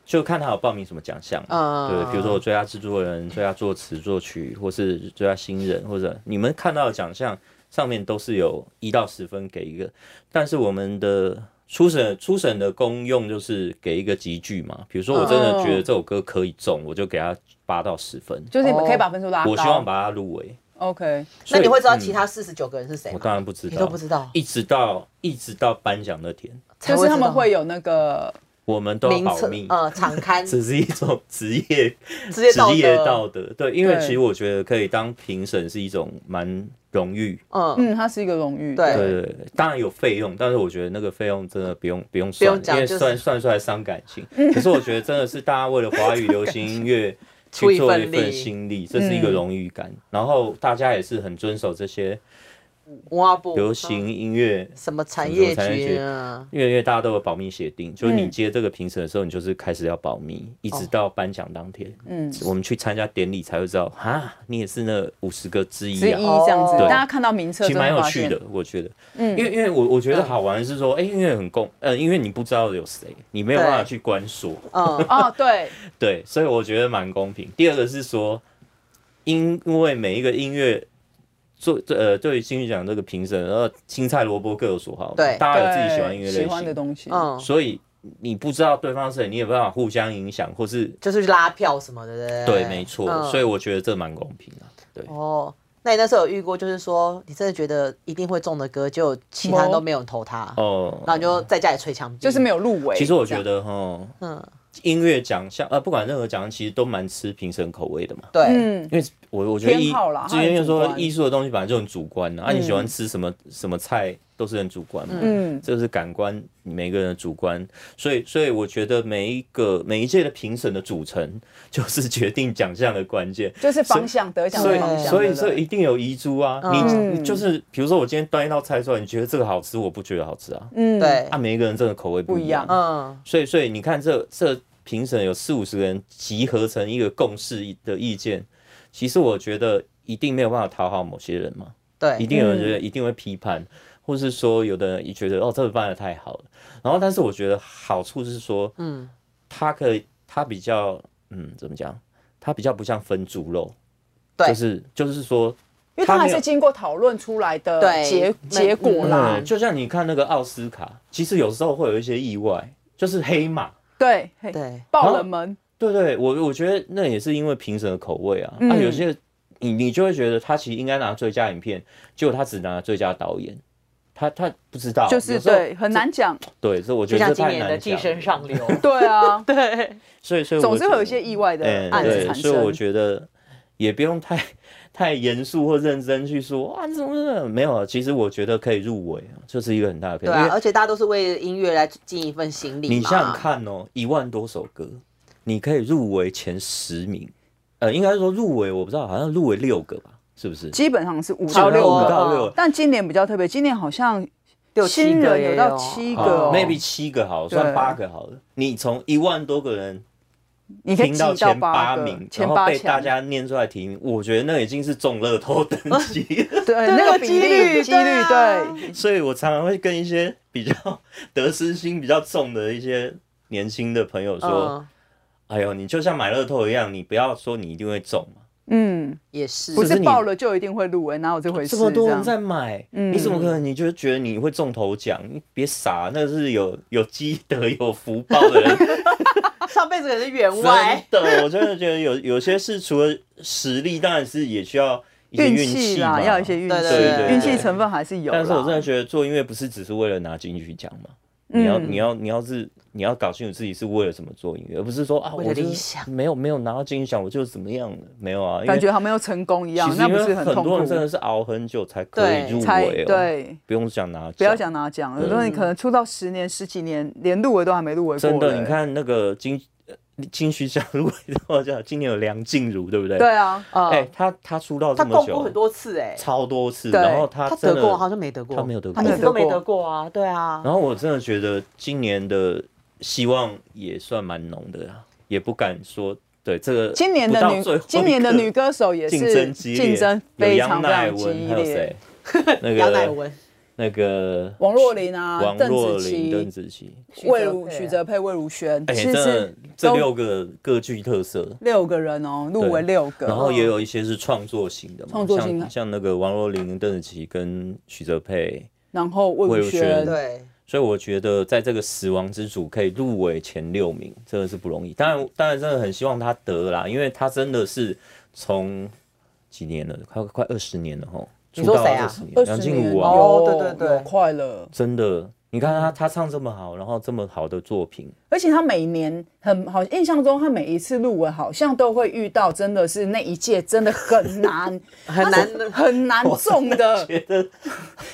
[SPEAKER 1] 就看他有报名什么奖项嘛。
[SPEAKER 5] 嗯
[SPEAKER 1] 对，比如说我最佳制作人、最佳作词作曲，或是最佳新人，或者你们看到的奖项上面都是有一到十分给一个，但是我们的初审初审的功用就是给一个集聚嘛。比如说我真的觉得这首歌可以中，我就给他八到十分。
[SPEAKER 3] 就是你们可以把分数拉高。
[SPEAKER 1] 哦我希望把它入围。
[SPEAKER 3] OK，
[SPEAKER 5] 那你会知道
[SPEAKER 1] 所以
[SPEAKER 5] 其、他四十九个人是谁
[SPEAKER 1] 嗯我
[SPEAKER 5] 吗？
[SPEAKER 1] 当然不知道，
[SPEAKER 5] 你都不知道
[SPEAKER 1] 一直到一直到颁奖那天，
[SPEAKER 5] 才
[SPEAKER 3] 就是他们
[SPEAKER 5] 知道
[SPEAKER 3] 会有那个
[SPEAKER 1] 我们都要
[SPEAKER 5] 名
[SPEAKER 1] 保
[SPEAKER 5] 册
[SPEAKER 1] 密。
[SPEAKER 5] 呃场刊职
[SPEAKER 1] 只是一种职业
[SPEAKER 5] 业
[SPEAKER 1] 职
[SPEAKER 5] 道
[SPEAKER 1] 业
[SPEAKER 5] 德，
[SPEAKER 1] 道德，对，因为
[SPEAKER 3] 对
[SPEAKER 1] 其实我觉得可以当评审是一种蛮荣誉，
[SPEAKER 5] 嗯，
[SPEAKER 3] 嗯，它是一个荣誉。
[SPEAKER 5] 对
[SPEAKER 1] 对对对，当然有费用，但是我觉得那个费用真的不用不用
[SPEAKER 5] 用
[SPEAKER 1] 算，
[SPEAKER 5] 讲
[SPEAKER 1] 因为
[SPEAKER 5] 就是
[SPEAKER 1] 算算出来伤感 情。可是我觉得真的是大家为了华语流行音乐
[SPEAKER 5] 出一
[SPEAKER 1] 去做
[SPEAKER 5] 份
[SPEAKER 1] 一份
[SPEAKER 5] 力嗯
[SPEAKER 1] 心力，这是一个荣誉感。然后大家也是很遵守这些
[SPEAKER 5] 文化部嗯
[SPEAKER 1] 流行音乐。
[SPEAKER 5] 什么产
[SPEAKER 1] 什么
[SPEAKER 5] 业
[SPEAKER 1] 产业
[SPEAKER 5] 局
[SPEAKER 1] 局
[SPEAKER 5] 啊，
[SPEAKER 1] 因为因为大家都有保密协定，就是
[SPEAKER 5] 嗯
[SPEAKER 1] 你接这个评审的时候，你就是开始要保密，一
[SPEAKER 5] 哦
[SPEAKER 1] 直到颁奖当天，
[SPEAKER 3] 嗯，
[SPEAKER 1] 我们去参加典礼才会知道，哈，你也是那五十个之一
[SPEAKER 3] 之
[SPEAKER 1] 啊
[SPEAKER 3] 一，这样子，
[SPEAKER 5] 哦
[SPEAKER 3] 大家看到名册
[SPEAKER 1] 其实
[SPEAKER 3] 就
[SPEAKER 1] 蛮
[SPEAKER 3] 会
[SPEAKER 1] 有
[SPEAKER 3] 发
[SPEAKER 1] 趣
[SPEAKER 3] 现。
[SPEAKER 1] 的，我觉得，嗯，因为因为我我觉得好玩的是说，哎、因为很共，呃，因为你不知道有谁，你没有
[SPEAKER 5] 对
[SPEAKER 1] 办法去关说，
[SPEAKER 5] 嗯，
[SPEAKER 3] 哦，对，
[SPEAKER 1] 对，所以我觉得蛮公平。第二个是说，因为每一个音乐做呃，对于金曲奖这个评审，呃，青菜萝卜各有所好嘛，
[SPEAKER 5] 对
[SPEAKER 1] 大家有自己
[SPEAKER 3] 对
[SPEAKER 1] 喜欢音乐
[SPEAKER 3] 喜
[SPEAKER 1] 类
[SPEAKER 3] 欢的
[SPEAKER 1] 型，
[SPEAKER 3] 东西。
[SPEAKER 5] 嗯，
[SPEAKER 1] 所以你不知道对方是谁，你也没办法互相影响，或是
[SPEAKER 5] 就是拉票什么的，
[SPEAKER 1] 对，没错，
[SPEAKER 5] 嗯
[SPEAKER 1] 所以我觉得这蛮公平的、对。
[SPEAKER 5] 哦，那你那时候有遇过，就是说你真的觉得一定会中的歌，就其他人都没有人投他，
[SPEAKER 1] 哦，
[SPEAKER 5] 然后你就在家里吹墙壁，
[SPEAKER 3] 就是没有入围。
[SPEAKER 1] 其实我
[SPEAKER 3] 这
[SPEAKER 1] 觉
[SPEAKER 3] 样，
[SPEAKER 1] 得哈，
[SPEAKER 5] 嗯，
[SPEAKER 1] 音乐奖项呃，不管任何奖项，其实都蛮吃评审口味的嘛。
[SPEAKER 5] 对，
[SPEAKER 3] 嗯，
[SPEAKER 1] 因为我我觉得艺
[SPEAKER 3] 偏好啦，
[SPEAKER 1] 之前
[SPEAKER 3] 它
[SPEAKER 1] 就
[SPEAKER 3] 很主观
[SPEAKER 1] 说艺术的东西本来就很主观呐、啊，你喜欢吃什么什么菜都是很主观嘛，
[SPEAKER 3] 嗯
[SPEAKER 1] 这是感官每个人的主观，所以所以我觉得每一个每一届的评审的组成 就是决定奖项的关键，
[SPEAKER 3] 就是方向得奖
[SPEAKER 1] 所
[SPEAKER 3] 的
[SPEAKER 1] 以
[SPEAKER 3] 方向。
[SPEAKER 1] 所
[SPEAKER 3] 对
[SPEAKER 1] 以
[SPEAKER 3] 不
[SPEAKER 1] 所
[SPEAKER 3] 对
[SPEAKER 1] 以一定有遗珠啊，
[SPEAKER 5] 嗯
[SPEAKER 1] 你你就是比如说我今天端一道菜出来，你觉得这个好吃，我不觉得好吃啊，
[SPEAKER 3] 嗯，
[SPEAKER 5] 对
[SPEAKER 1] 啊，，每一个人真的口味不
[SPEAKER 3] 不一
[SPEAKER 1] 一样
[SPEAKER 3] 样，
[SPEAKER 5] 嗯，
[SPEAKER 1] 所以，所以你看这这评审有四五十个人集合成一个共识的意见，其实我觉得一定没有办法讨好某些人嘛，一
[SPEAKER 5] 对，嗯
[SPEAKER 1] 定有人觉得一定会批判，或是说有的人也觉得哦这个办的太好了，然后但是我觉得好处是说，
[SPEAKER 5] 嗯，
[SPEAKER 1] 他可以他比较嗯怎么讲，他比较不像分猪肉，
[SPEAKER 5] 对
[SPEAKER 1] 就是就是说
[SPEAKER 3] 因为它
[SPEAKER 1] 他
[SPEAKER 3] 还
[SPEAKER 1] 没有
[SPEAKER 3] 是经过讨论出来的
[SPEAKER 5] 对
[SPEAKER 3] 结
[SPEAKER 5] 那
[SPEAKER 3] 结果啦
[SPEAKER 1] 嗯，。就像你看那个奥斯卡，其实有时候会有一些意外，就是黑马。
[SPEAKER 3] 对嘿
[SPEAKER 5] 对，
[SPEAKER 3] 爆冷门，
[SPEAKER 1] 对对，我我觉得那也是因为评审的口味啊，
[SPEAKER 3] 嗯
[SPEAKER 1] 啊有些你你就会觉得他其实应该拿最佳影片，结果他只拿最佳导演，他他不知道，
[SPEAKER 3] 就是
[SPEAKER 1] 有时候
[SPEAKER 3] 对很难讲。
[SPEAKER 1] 对，所以我觉
[SPEAKER 5] 就
[SPEAKER 1] 得
[SPEAKER 5] 像
[SPEAKER 1] 这
[SPEAKER 5] 今
[SPEAKER 1] 太
[SPEAKER 5] 年的
[SPEAKER 1] 难
[SPEAKER 5] 《寄
[SPEAKER 1] 讲
[SPEAKER 5] 生
[SPEAKER 1] 了，
[SPEAKER 5] 上 流》，
[SPEAKER 3] 对啊，
[SPEAKER 2] 对，
[SPEAKER 1] 所以所以
[SPEAKER 3] 总
[SPEAKER 1] 我
[SPEAKER 3] 是
[SPEAKER 1] 觉
[SPEAKER 3] 会有
[SPEAKER 1] 得
[SPEAKER 3] 一些意外的
[SPEAKER 1] 嗯
[SPEAKER 3] 案子
[SPEAKER 1] 对，
[SPEAKER 3] 产
[SPEAKER 1] 所以我
[SPEAKER 3] 生。
[SPEAKER 1] 觉得也不用太太严肃或认真去说啊怎么怎么没有啊，其实我觉得可以入围啊，这是一个很大的可以，
[SPEAKER 5] 对
[SPEAKER 1] 因
[SPEAKER 5] 啊，
[SPEAKER 1] 为
[SPEAKER 5] 而且大家都是为音乐来尽一份心力嘛，
[SPEAKER 1] 你想想看哦，一万多首歌，你可以入围前十名，呃，应该说入围，我不知道，好像入围六个吧，是不是？
[SPEAKER 3] 基本上是五
[SPEAKER 1] 差
[SPEAKER 3] 到
[SPEAKER 1] 不
[SPEAKER 3] 六啊
[SPEAKER 1] 多五
[SPEAKER 3] 个，
[SPEAKER 1] 到六
[SPEAKER 3] 但今年比较特别，今年好像
[SPEAKER 5] 六七
[SPEAKER 3] 新
[SPEAKER 5] 个
[SPEAKER 3] 人
[SPEAKER 5] 也
[SPEAKER 3] 有到七个哦
[SPEAKER 1] 啊 maybe 七个好，
[SPEAKER 3] 对
[SPEAKER 1] 算八个好了。你从一万多个人
[SPEAKER 3] 你可以
[SPEAKER 1] 听
[SPEAKER 3] 挤
[SPEAKER 1] 到前
[SPEAKER 3] 八
[SPEAKER 1] 八
[SPEAKER 3] 个
[SPEAKER 1] 名，，
[SPEAKER 3] 前
[SPEAKER 1] 然后
[SPEAKER 3] 八
[SPEAKER 1] 被大
[SPEAKER 3] 强，
[SPEAKER 1] 家念出来提名，我觉得那已经是中乐透等 级。
[SPEAKER 3] 对
[SPEAKER 5] 对
[SPEAKER 3] 那
[SPEAKER 5] 那个
[SPEAKER 3] 个比
[SPEAKER 5] 几率
[SPEAKER 3] 例几
[SPEAKER 5] 对
[SPEAKER 3] 率
[SPEAKER 5] 啊
[SPEAKER 3] 对，
[SPEAKER 1] 所以我常常会跟一些比较得失心比较重的一些年轻的朋友说：“
[SPEAKER 5] 嗯，
[SPEAKER 1] 哎呦，你就像买乐透一样，你不要说你一定会中嘛，
[SPEAKER 3] 嗯，
[SPEAKER 5] 也是，
[SPEAKER 3] 不
[SPEAKER 1] 是
[SPEAKER 3] 是
[SPEAKER 1] 你
[SPEAKER 3] 爆了就一定会欸入围，哪有这回
[SPEAKER 1] 这
[SPEAKER 3] 事？
[SPEAKER 1] 么多
[SPEAKER 3] 这
[SPEAKER 1] 人
[SPEAKER 3] 样
[SPEAKER 1] 在买，
[SPEAKER 3] 嗯
[SPEAKER 1] 你怎么可能你就觉得你会中头奖？你别傻，那是有有积德有福报的 人
[SPEAKER 5] 上辈子可能是员
[SPEAKER 1] 真
[SPEAKER 5] 外，
[SPEAKER 1] 的，我真的觉得有有些事除了实力，当然是也需要一些
[SPEAKER 3] 运
[SPEAKER 1] 气
[SPEAKER 3] 气
[SPEAKER 1] 嘛
[SPEAKER 3] 啦，要有一些运
[SPEAKER 5] 对对对对
[SPEAKER 3] 气，运
[SPEAKER 5] 对
[SPEAKER 3] 气成分还是有啦。
[SPEAKER 1] 但是我真的觉得做音乐不是只是为了拿金曲奖嘛，
[SPEAKER 3] 嗯
[SPEAKER 1] 你要你要你要是你要搞清楚自己是为了什么做音乐，而不是说啊
[SPEAKER 5] 为
[SPEAKER 1] 我
[SPEAKER 5] 了
[SPEAKER 1] 就是
[SPEAKER 5] 理想
[SPEAKER 1] 没有没有拿到金曲奖我就怎么样了，没有啊，因为
[SPEAKER 3] 感觉好像没有成功一
[SPEAKER 1] 其
[SPEAKER 3] 样，
[SPEAKER 1] 实
[SPEAKER 3] 那
[SPEAKER 1] 因
[SPEAKER 3] 不
[SPEAKER 1] 为
[SPEAKER 3] 是
[SPEAKER 1] 很
[SPEAKER 3] 痛
[SPEAKER 1] 多
[SPEAKER 3] 苦
[SPEAKER 1] 人？真的是熬很久才可以
[SPEAKER 5] 对
[SPEAKER 1] 入
[SPEAKER 3] 才
[SPEAKER 1] 围哦，，嗯
[SPEAKER 3] 对，
[SPEAKER 1] 不用想拿，
[SPEAKER 3] 不要。讲拿奖，有的人可能出道十年、十几年，连入围都还没入围过。
[SPEAKER 1] 真的，
[SPEAKER 3] 哎
[SPEAKER 1] 你，看那个金金曲奖入围的话，叫今年有梁静茹，对不对？
[SPEAKER 3] 对。啊，
[SPEAKER 2] 嗯
[SPEAKER 5] 呃，
[SPEAKER 1] 哎，她她出道
[SPEAKER 2] 他
[SPEAKER 1] 这么
[SPEAKER 2] 共过很
[SPEAKER 1] 久，
[SPEAKER 2] 多次哎，
[SPEAKER 1] 超多次，
[SPEAKER 3] 对
[SPEAKER 1] 然后她
[SPEAKER 5] 他
[SPEAKER 1] 真
[SPEAKER 5] 得
[SPEAKER 1] 的
[SPEAKER 5] 过，好像没得过，
[SPEAKER 1] 她没有得过
[SPEAKER 2] 他一直都没
[SPEAKER 3] 没
[SPEAKER 2] 得
[SPEAKER 3] 得
[SPEAKER 2] 过啊，对啊，
[SPEAKER 1] 然后我真的觉得今年的希望也算蛮浓的啦，也不敢说对这个
[SPEAKER 3] 今年
[SPEAKER 1] 不
[SPEAKER 3] 的
[SPEAKER 1] 到
[SPEAKER 3] 女
[SPEAKER 1] 最后一
[SPEAKER 3] 今年的
[SPEAKER 1] 刻
[SPEAKER 3] 女歌手也
[SPEAKER 1] 竞
[SPEAKER 3] 是
[SPEAKER 1] 争激烈，
[SPEAKER 3] 竞争
[SPEAKER 1] 有
[SPEAKER 3] 非
[SPEAKER 1] 杨
[SPEAKER 3] 常非
[SPEAKER 1] 乃
[SPEAKER 3] 常激
[SPEAKER 1] 文，还有谁
[SPEAKER 3] 烈。？
[SPEAKER 1] 那
[SPEAKER 5] 杨乃
[SPEAKER 1] 个
[SPEAKER 5] 文，
[SPEAKER 1] 那个
[SPEAKER 3] 王若琳啊
[SPEAKER 1] 王，
[SPEAKER 3] 邓
[SPEAKER 1] 若
[SPEAKER 3] 紫
[SPEAKER 1] 琳、邓
[SPEAKER 3] 棋、
[SPEAKER 1] 紫棋，
[SPEAKER 3] 魏如、
[SPEAKER 2] 许
[SPEAKER 3] 许
[SPEAKER 2] 哲
[SPEAKER 3] 哲佩、魏如萱，
[SPEAKER 1] 哎，
[SPEAKER 3] 其
[SPEAKER 1] 真的
[SPEAKER 3] 实
[SPEAKER 1] 这
[SPEAKER 3] 都
[SPEAKER 1] 六个各具特色。
[SPEAKER 3] 六个人哦，入
[SPEAKER 1] 对
[SPEAKER 3] 围六个，
[SPEAKER 1] 然后也
[SPEAKER 3] 嗯
[SPEAKER 1] 有一些是创作型的嘛，
[SPEAKER 3] 创作型
[SPEAKER 1] 像
[SPEAKER 3] 的
[SPEAKER 1] 像那个王若琳、邓紫棋跟许哲佩，
[SPEAKER 3] 然后魏
[SPEAKER 1] 魏
[SPEAKER 3] 如
[SPEAKER 1] 如萱
[SPEAKER 3] 萱，
[SPEAKER 5] 对，
[SPEAKER 1] 所以我觉得在这个死亡之组可以入围前六名，真的是不容易。当然，当然真的很希望他得啦，因为他真的是从几年了，快快二十年了吼，
[SPEAKER 5] 你
[SPEAKER 1] 出
[SPEAKER 5] 说
[SPEAKER 1] 道
[SPEAKER 5] 谁啊
[SPEAKER 1] 二十年，
[SPEAKER 3] 二
[SPEAKER 1] 梁
[SPEAKER 3] 十
[SPEAKER 1] 静
[SPEAKER 3] 年
[SPEAKER 1] 茹啊，
[SPEAKER 2] 哦
[SPEAKER 3] 有
[SPEAKER 2] 对对对
[SPEAKER 3] 有快乐。
[SPEAKER 1] 真的，你看他他唱这么好，然后这么好的作品，
[SPEAKER 3] 而且他每年很好，印象中他每一次入围好像都会遇到，真的是那一届真的很难，
[SPEAKER 2] 很
[SPEAKER 3] 他是
[SPEAKER 2] 难
[SPEAKER 3] 很难中 的。
[SPEAKER 1] 觉得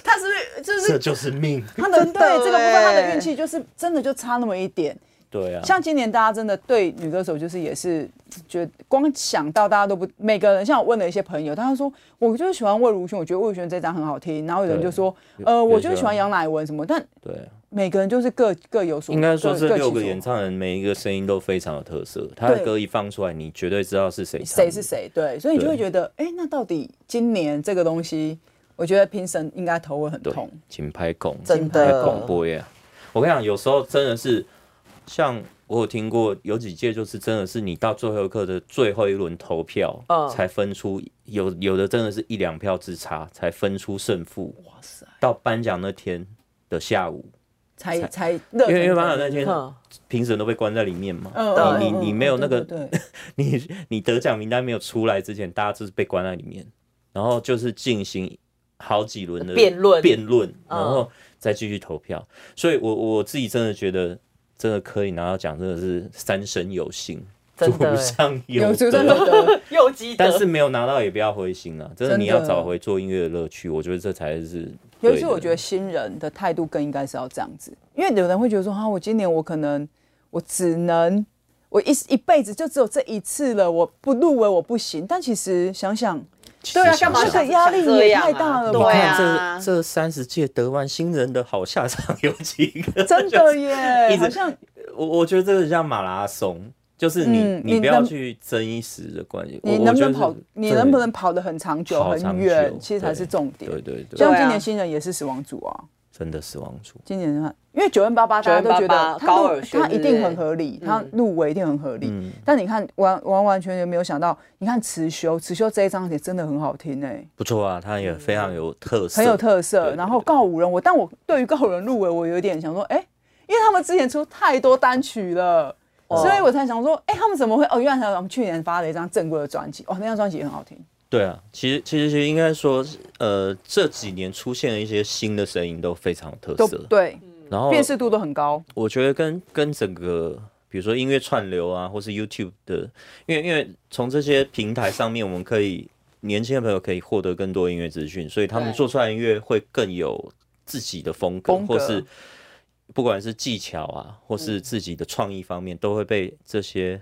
[SPEAKER 3] 他是不是就
[SPEAKER 1] 这
[SPEAKER 3] 是
[SPEAKER 1] 就是命。
[SPEAKER 3] 他的对
[SPEAKER 2] 的
[SPEAKER 3] 这个部分他
[SPEAKER 2] 欸
[SPEAKER 3] 的运气就是真的就差那么一点。
[SPEAKER 1] 对啊，
[SPEAKER 3] 像今年大家真的对女歌手就是也是觉得光想到大家都不每个人，像我问了一些朋友，他就说我就是喜欢魏如萱，我觉得魏如萱这张很好听，然后有人就说呃我
[SPEAKER 1] 啊
[SPEAKER 3] 就是喜欢杨乃文什么，但
[SPEAKER 1] 对啊，
[SPEAKER 3] 每个人就是各各有所
[SPEAKER 1] 应该说
[SPEAKER 3] 各
[SPEAKER 1] 这
[SPEAKER 3] 各
[SPEAKER 1] 六
[SPEAKER 3] 其
[SPEAKER 1] 个
[SPEAKER 3] 所
[SPEAKER 1] 演
[SPEAKER 3] 好
[SPEAKER 1] 唱人每一个声音都非常有特色，他的
[SPEAKER 3] 对
[SPEAKER 1] 歌一放出来，你绝对知道是谁唱
[SPEAKER 3] 谁
[SPEAKER 1] 的
[SPEAKER 3] 是谁，对，所以你就会
[SPEAKER 1] 对
[SPEAKER 3] 觉得哎、那到底今年这个东西，我觉得评审应该头会很
[SPEAKER 1] 对
[SPEAKER 3] 痛，，
[SPEAKER 1] 紧拍拱，
[SPEAKER 5] 真的
[SPEAKER 1] 紧拍广播呀。我跟你讲，有时候真的是，像我有听过有几届，就是真的是你到最后一刻的最后一轮投票，
[SPEAKER 2] 嗯
[SPEAKER 1] 才分出有有的真的是一两票之差才分出胜负。哇塞！到颁奖那天的下午，
[SPEAKER 3] 才才热
[SPEAKER 1] 因为因为
[SPEAKER 3] 腾
[SPEAKER 1] 颁奖
[SPEAKER 3] 腾
[SPEAKER 1] 那天
[SPEAKER 2] 嗯，
[SPEAKER 1] 评审都被关在里面嘛，
[SPEAKER 3] 嗯
[SPEAKER 1] 你你
[SPEAKER 3] 嗯嗯
[SPEAKER 1] 你
[SPEAKER 3] 嗯
[SPEAKER 1] 没有那个
[SPEAKER 3] 对对对
[SPEAKER 1] 你 你得奖名单没有出来之前，大家就是被关在里面，然后就是进行好几轮的
[SPEAKER 2] 辩论
[SPEAKER 1] 辩论，然
[SPEAKER 3] 嗯
[SPEAKER 1] 后再继续投票。所以我我自己真的觉得，真的可以拿到奖，真的是三生有幸，
[SPEAKER 2] 真的
[SPEAKER 1] 祖上有
[SPEAKER 3] 有主真
[SPEAKER 1] 德。
[SPEAKER 3] 的
[SPEAKER 2] 又积德
[SPEAKER 1] 但，是没有拿到也不要灰心啊！真的，
[SPEAKER 3] 真的
[SPEAKER 1] 你要找回做音乐的乐趣，我觉得这才是。
[SPEAKER 3] 尤其是我觉得，新人的态度更应该是要这样子，因为有人会觉得说，哈、我今年我可能我只能我一一辈子就只有这一次了，我不入围我不行。但其实想想，对啊，干嘛这
[SPEAKER 1] 这
[SPEAKER 3] 个压力也太大了
[SPEAKER 2] 想这
[SPEAKER 1] 你
[SPEAKER 2] 样
[SPEAKER 3] 吧？
[SPEAKER 2] 对
[SPEAKER 1] 看
[SPEAKER 2] 啊
[SPEAKER 1] 这这三十届得完新人的好下场 有几个？
[SPEAKER 3] 真的耶，
[SPEAKER 1] 直
[SPEAKER 3] 哎好像
[SPEAKER 1] 我我觉得这个像马拉松，就是你、
[SPEAKER 3] 嗯
[SPEAKER 1] 你
[SPEAKER 3] 你
[SPEAKER 1] 不要
[SPEAKER 3] 能
[SPEAKER 1] 去争一时的关系。
[SPEAKER 3] 你
[SPEAKER 1] 我
[SPEAKER 3] 能
[SPEAKER 1] 我
[SPEAKER 3] 不能
[SPEAKER 1] 觉得是
[SPEAKER 3] 跑，你
[SPEAKER 1] 对
[SPEAKER 3] 能不能跑得很长久、
[SPEAKER 1] 跑长
[SPEAKER 3] 很
[SPEAKER 1] 久
[SPEAKER 3] 远，其实才
[SPEAKER 1] 对
[SPEAKER 3] 是重点。
[SPEAKER 1] 对对对，
[SPEAKER 3] 像今
[SPEAKER 2] 对啊
[SPEAKER 3] 年新人也是死亡组啊，
[SPEAKER 1] 真的死亡组。
[SPEAKER 3] 今年的话，因为九 N 八八大家都
[SPEAKER 2] 9N88
[SPEAKER 3] 觉得他
[SPEAKER 2] 高
[SPEAKER 3] 入
[SPEAKER 2] 尔宣
[SPEAKER 3] 他
[SPEAKER 2] 对
[SPEAKER 3] 一
[SPEAKER 2] 不对
[SPEAKER 3] 定很合理，他入围一定很合理。但你看完完完全全没有想到，你看辞修，辞修这一张也真的很好听哎、
[SPEAKER 1] 不错啊，他也非常有特色，
[SPEAKER 3] 嗯很有特
[SPEAKER 1] 对
[SPEAKER 3] 色。
[SPEAKER 1] 对
[SPEAKER 3] 然后告五人，我但我对于告五人入围，我有一点想说，哎、因为他们之前出太多单曲了。
[SPEAKER 1] 哦
[SPEAKER 3] 所以我才想说，哎、他们怎么会？哦，原来他们去年发了一张正规的专辑，哦，那张专辑也很好听。
[SPEAKER 1] 对啊，其实其实其实应该说，呃，这几年出现了一些新的声音，都非常有特
[SPEAKER 3] 都
[SPEAKER 1] 色。
[SPEAKER 3] 对，
[SPEAKER 1] 然后
[SPEAKER 3] 辨识度都很高。
[SPEAKER 1] 我觉得跟跟整个，比如说音乐串流啊，或是 YouTube 的，因为因为从这些平台上面，我们可以年轻的朋友可以获得更多音乐资讯，所以他们
[SPEAKER 5] 对
[SPEAKER 1] 做出来的音乐会更有自己的风格，
[SPEAKER 3] 风格嗯
[SPEAKER 1] 或是不管是技巧啊，或是自己的创意方面，都会被这些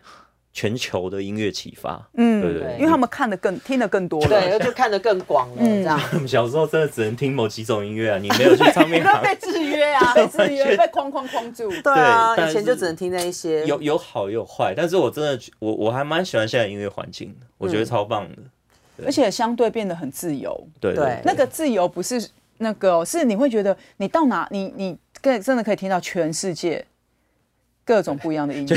[SPEAKER 1] 全球的音乐启发。
[SPEAKER 3] 嗯，
[SPEAKER 1] 对对对
[SPEAKER 3] 因为他们看的更听的更多了，
[SPEAKER 2] 啊
[SPEAKER 5] 对，就看得更广了，
[SPEAKER 3] 嗯
[SPEAKER 5] 这样。
[SPEAKER 1] 我们小时候真的只能听某几种音乐啊，你没有去唱片
[SPEAKER 3] 他
[SPEAKER 1] 行
[SPEAKER 3] 被制约 啊，被制约，被框框框住。
[SPEAKER 2] 对啊，
[SPEAKER 1] 对
[SPEAKER 2] 以前
[SPEAKER 1] 但是
[SPEAKER 2] 就只能听那一些，
[SPEAKER 1] 有有好有坏，但是我真的觉我我还蛮喜欢现在的音乐环境的，我
[SPEAKER 3] 嗯
[SPEAKER 1] 觉得超棒的。
[SPEAKER 3] 而且相对变得很自由。
[SPEAKER 1] 对
[SPEAKER 2] 对
[SPEAKER 1] 对，
[SPEAKER 3] 那个自由不是那个哦、是你会觉得你到哪，你你更真的可以听到全世界各种不一样的音乐，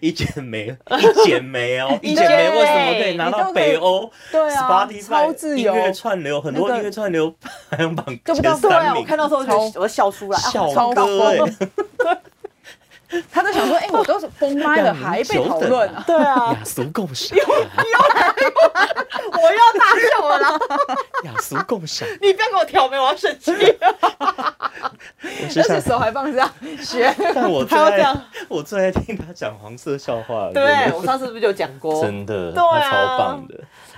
[SPEAKER 1] 一剪梅，一剪梅哦，一剪梅为什么可以拿到北欧？
[SPEAKER 3] 对啊，超
[SPEAKER 1] Spotify
[SPEAKER 3] 自
[SPEAKER 1] 音
[SPEAKER 3] 由，
[SPEAKER 1] 乐串流，很多
[SPEAKER 3] 那个
[SPEAKER 1] 音乐串流排行榜
[SPEAKER 3] 就不
[SPEAKER 1] 前
[SPEAKER 3] 到
[SPEAKER 2] 对
[SPEAKER 1] 三
[SPEAKER 2] 啊，
[SPEAKER 1] 名，
[SPEAKER 2] 我看到时候
[SPEAKER 3] 超
[SPEAKER 2] 就我笑出来，啊
[SPEAKER 1] 小
[SPEAKER 3] 超
[SPEAKER 1] 哥哎，
[SPEAKER 3] 他都想说，哎、我都是封麦 了，还被讨论啊，
[SPEAKER 2] 对啊，
[SPEAKER 1] 雅俗共赏，啊
[SPEAKER 2] 我要大笑了啦，
[SPEAKER 1] 雅俗共赏，
[SPEAKER 2] 你不要给我挑眉，我要生气，
[SPEAKER 1] 我是
[SPEAKER 3] 而且
[SPEAKER 1] 想。
[SPEAKER 3] 手还放这样学，
[SPEAKER 1] 但我最
[SPEAKER 2] 还要这
[SPEAKER 1] 爱
[SPEAKER 2] 样，
[SPEAKER 1] 我最爱听他讲黄色笑话了，
[SPEAKER 2] 对
[SPEAKER 1] 真
[SPEAKER 2] 我
[SPEAKER 1] 的
[SPEAKER 2] 上次不是就讲过，
[SPEAKER 1] 真的，
[SPEAKER 2] 对啊
[SPEAKER 1] 他超棒的，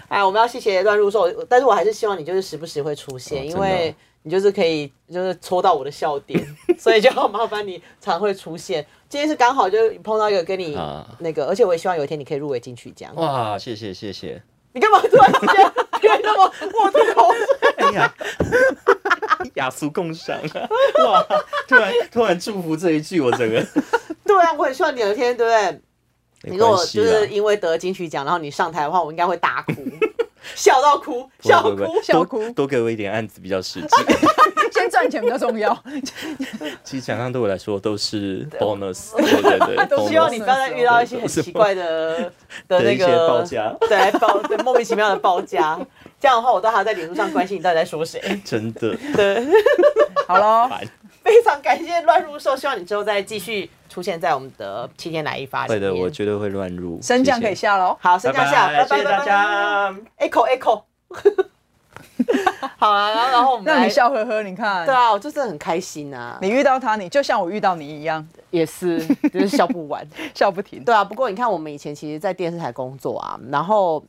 [SPEAKER 2] 哎，我们要谢谢乱入兽，但是我还是希望你就是时不时会出现，
[SPEAKER 1] 哦
[SPEAKER 2] 因
[SPEAKER 1] 真的
[SPEAKER 2] 为
[SPEAKER 1] 哦
[SPEAKER 2] 你就是可以就是戳到我的笑点， 所以就要麻烦你常会出现。今天是刚好就碰到一个跟你
[SPEAKER 1] 啊
[SPEAKER 2] 那个，而且我也希望有一天你可以入围金曲奖。
[SPEAKER 1] 哇，谢谢谢谢。
[SPEAKER 2] 你干嘛突然之间变那么我吐口水？
[SPEAKER 1] 哎呀，雅俗共赏啊！哇，突然突然祝福这一句，我整个
[SPEAKER 2] 对啊，我很希望你有一天，对不对？
[SPEAKER 1] 没
[SPEAKER 2] 你如
[SPEAKER 1] 关
[SPEAKER 2] 果
[SPEAKER 1] 系啊
[SPEAKER 2] 就
[SPEAKER 1] 啦
[SPEAKER 2] 是因为得金曲奖，然后你上台的话，我应该会 大哭，笑到
[SPEAKER 1] 不
[SPEAKER 2] 哭，
[SPEAKER 1] 会
[SPEAKER 2] 笑
[SPEAKER 1] 不
[SPEAKER 2] 哭，
[SPEAKER 1] 会不会，
[SPEAKER 3] 笑
[SPEAKER 1] 多
[SPEAKER 3] 哭
[SPEAKER 1] 多给我一点案子比较实际。
[SPEAKER 3] 先赚钱比较重要。
[SPEAKER 1] 其实奖项对我来说都是 bonus，对对对
[SPEAKER 2] 都希望你
[SPEAKER 1] bonus
[SPEAKER 2] 不要再遇到一些很奇 怪的的
[SPEAKER 1] 的
[SPEAKER 2] 那
[SPEAKER 1] 一些
[SPEAKER 2] 个
[SPEAKER 1] 报价
[SPEAKER 2] 对报对莫名其妙的报价。这样的话，我都还要在脸书上关心你到底在说谁。
[SPEAKER 1] 真的
[SPEAKER 2] 对，
[SPEAKER 3] 好喽，
[SPEAKER 1] 烦。
[SPEAKER 2] 非常感谢乱入兽，希望你之后再继续出现在我们的七天来一发里
[SPEAKER 1] 会
[SPEAKER 2] 面。
[SPEAKER 1] 的，我绝对会乱入。
[SPEAKER 3] 升降可以
[SPEAKER 1] 谢谢，
[SPEAKER 3] 下喽。
[SPEAKER 2] 好，剩下下，
[SPEAKER 1] 拜拜谢谢大。家。
[SPEAKER 2] Echo Echo，好啊，然后然后我们
[SPEAKER 3] 让
[SPEAKER 2] 来
[SPEAKER 3] 你。笑呵呵，你看
[SPEAKER 2] 对，啊，我就是很开心啊，
[SPEAKER 3] 你遇到他，你就像我遇到你一样，
[SPEAKER 2] 也是，就是笑不完。
[SPEAKER 3] 笑不停。
[SPEAKER 2] 对啊，不过你看，我们以前其实，在电视台工作啊，然后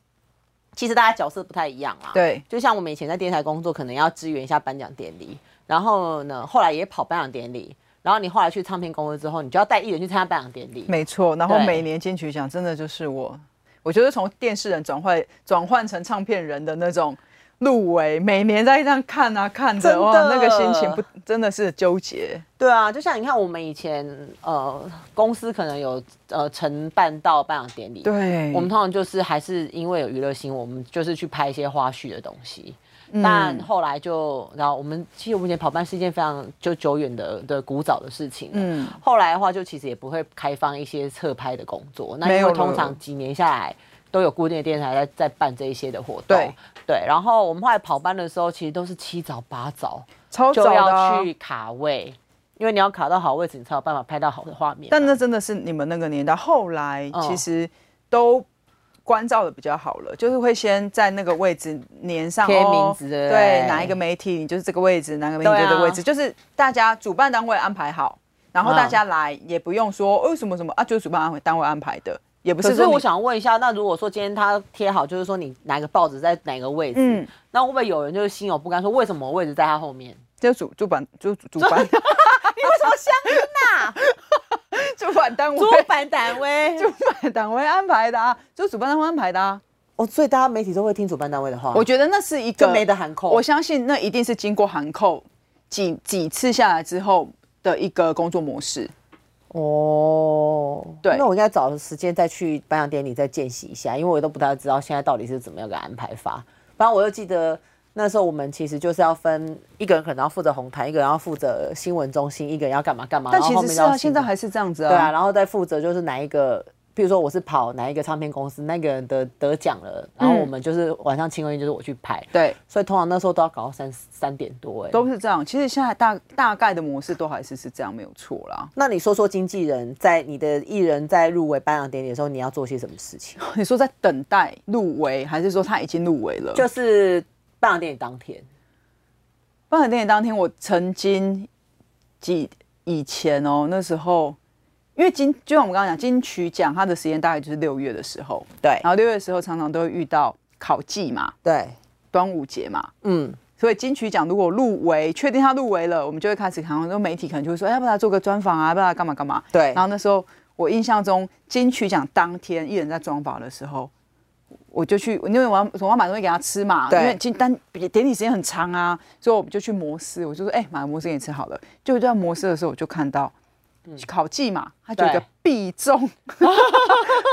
[SPEAKER 2] 其实大家角色不太一样啊。
[SPEAKER 3] 对
[SPEAKER 2] 就像我们以前在电视台工作，可能要支援一下颁奖典礼，然后呢，后来也跑颁奖典礼，然后你后来去唱片公司之后，你就要带艺人去参加颁奖典礼。
[SPEAKER 3] 没错，然后
[SPEAKER 2] 对
[SPEAKER 3] 每年金曲奖真的就是我，我觉得从电视人转换转换成唱片人的那种入围，每年在这样看啊看
[SPEAKER 2] 真
[SPEAKER 3] 着，
[SPEAKER 2] 的
[SPEAKER 3] 哇，那个心情不真的是纠结。
[SPEAKER 2] 对啊，就像你看，我们以前呃，公司可能有呃承办到颁奖典礼，
[SPEAKER 3] 对，
[SPEAKER 2] 我们通常就是还是因为有娱乐新闻，我们就是去拍一些花絮的东西。
[SPEAKER 3] 嗯
[SPEAKER 2] 但后来就，然后我们其实我们以前跑班是一件非常就久远的的古早的事情。嗯，
[SPEAKER 3] 嗯，
[SPEAKER 2] 后来的话就其实也不会开放一些侧拍的工作，那
[SPEAKER 3] 没
[SPEAKER 2] 因
[SPEAKER 3] 有
[SPEAKER 2] 为
[SPEAKER 3] 了
[SPEAKER 2] 通常几年下来都有固定的电视台在在办这一些的活动。
[SPEAKER 3] 对
[SPEAKER 2] 对，然后我们后来跑班的时候，其实都是七早八早
[SPEAKER 3] 超
[SPEAKER 2] 就
[SPEAKER 3] 早的啊
[SPEAKER 2] 要去卡位，因为你要卡到好位置，你才有办法拍到好的画面嘛。
[SPEAKER 3] 但那真的是你们那个年代，后来
[SPEAKER 2] 啊哦
[SPEAKER 3] 其实都关照的比较好了，就是会先在那个位置粘上
[SPEAKER 2] 贴
[SPEAKER 3] 哦
[SPEAKER 2] 名字对不
[SPEAKER 3] 对，
[SPEAKER 2] 对
[SPEAKER 3] 哪一个媒体你就是这个位置，哪个媒体
[SPEAKER 2] 对
[SPEAKER 3] 就
[SPEAKER 2] 啊
[SPEAKER 3] 这个位置，就是大家主办单位安排好，然后
[SPEAKER 2] 嗯
[SPEAKER 3] 大家来也不用说哦什么什么啊，就是主办单位安排的，也不
[SPEAKER 2] 可
[SPEAKER 3] 是
[SPEAKER 2] 是
[SPEAKER 3] 说
[SPEAKER 2] 我
[SPEAKER 3] 你
[SPEAKER 2] 想问一下，那如果说今天他贴好，就是说你哪个报纸在哪个位置，
[SPEAKER 3] 嗯
[SPEAKER 2] 那会不会有人就是心有不甘，说为什么我位置在他后面？
[SPEAKER 3] 就主主办就 主主办，你为什么
[SPEAKER 2] 啊
[SPEAKER 3] 相信呐？ 主办单位
[SPEAKER 2] 主。办单位，
[SPEAKER 3] 主办单位安排的啊，就是主办单位安排的啊。
[SPEAKER 2] 哦，所以大家媒体都会听主办单位的话，
[SPEAKER 3] 我觉得那是一
[SPEAKER 2] 哦
[SPEAKER 3] 个
[SPEAKER 2] 就没得喊扣。啊
[SPEAKER 3] 我相信那一定是经过函扣几几次下来之后的一个工作模式。
[SPEAKER 2] 哦，
[SPEAKER 3] 对
[SPEAKER 2] 那我应该找时间再去颁奖典礼再见习一下，因为我都不太知道现在到底是怎么样个安排法。反正我就记得那时候我们其实就是要分一个人可能要负责红毯，一个人要负责新闻中心，一个人要干嘛干嘛。
[SPEAKER 3] 但
[SPEAKER 2] 然后
[SPEAKER 3] 其
[SPEAKER 2] 后
[SPEAKER 3] 实
[SPEAKER 2] 面
[SPEAKER 3] 是
[SPEAKER 2] 要
[SPEAKER 3] 啊，
[SPEAKER 2] 新
[SPEAKER 3] 现
[SPEAKER 2] 闻
[SPEAKER 3] 在还是这样子啊。
[SPEAKER 2] 对啊，然后再负责就是哪一个，比如说我是跑哪一个唱片公司，那个人得得奖了，然后
[SPEAKER 3] 嗯
[SPEAKER 2] 我们就是晚上庆功宴就是我去拍，
[SPEAKER 3] 对，
[SPEAKER 2] 所以通常那时候都要搞到三三点多哎、
[SPEAKER 3] 都是这样。其实现在大大概的模式都还是是这样，没有错啦。
[SPEAKER 2] 那你说说经纪人在你的艺人在入围颁奖典礼的时候，你要做些什么事情？
[SPEAKER 3] 你说在等待入围，还是说他已经入围了？
[SPEAKER 2] 就是颁奖典礼当天，
[SPEAKER 3] 颁奖典礼当天，我曾经几以前哦，那时候因为金，就像我们刚刚讲金曲奖，它的时间大概就是六月的时候，
[SPEAKER 2] 对
[SPEAKER 3] 然后六月的时候常常都会遇到考季嘛、
[SPEAKER 2] 对，
[SPEAKER 3] 端午节嘛，
[SPEAKER 2] 嗯，
[SPEAKER 3] 所以金曲奖如果入围，确定他入围了，我们就会开始看，很多媒体可能就会说，哎要不要来做个专访啊，要不要来干嘛干嘛。
[SPEAKER 2] 对
[SPEAKER 3] 然后那时候我印象中，金曲奖当天艺人在专访的时候，我就去，因为我要我要买东西给他吃嘛，因
[SPEAKER 2] 对
[SPEAKER 3] 为金单典礼时间很长啊，所以我们就去摩斯，我就说，哎、买个摩斯给你吃好了。就我在摩斯的时候，我就看到。
[SPEAKER 2] 嗯
[SPEAKER 3] 考季嘛，他就有一个
[SPEAKER 2] 对
[SPEAKER 3] 必中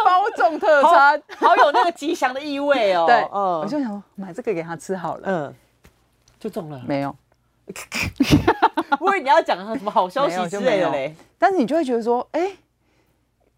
[SPEAKER 3] 包中特餐，
[SPEAKER 2] 好有那个吉祥的意味 哦
[SPEAKER 3] 对，
[SPEAKER 2] 嗯
[SPEAKER 3] 我就想说买这个给他吃好了，
[SPEAKER 2] 嗯，就中了。
[SPEAKER 3] 没有，
[SPEAKER 2] 我以为你要讲什么好消
[SPEAKER 3] 没有
[SPEAKER 2] 息之
[SPEAKER 3] 就
[SPEAKER 2] 类的
[SPEAKER 3] 没有
[SPEAKER 2] 嘞，
[SPEAKER 3] 但是你就会觉得说，哎、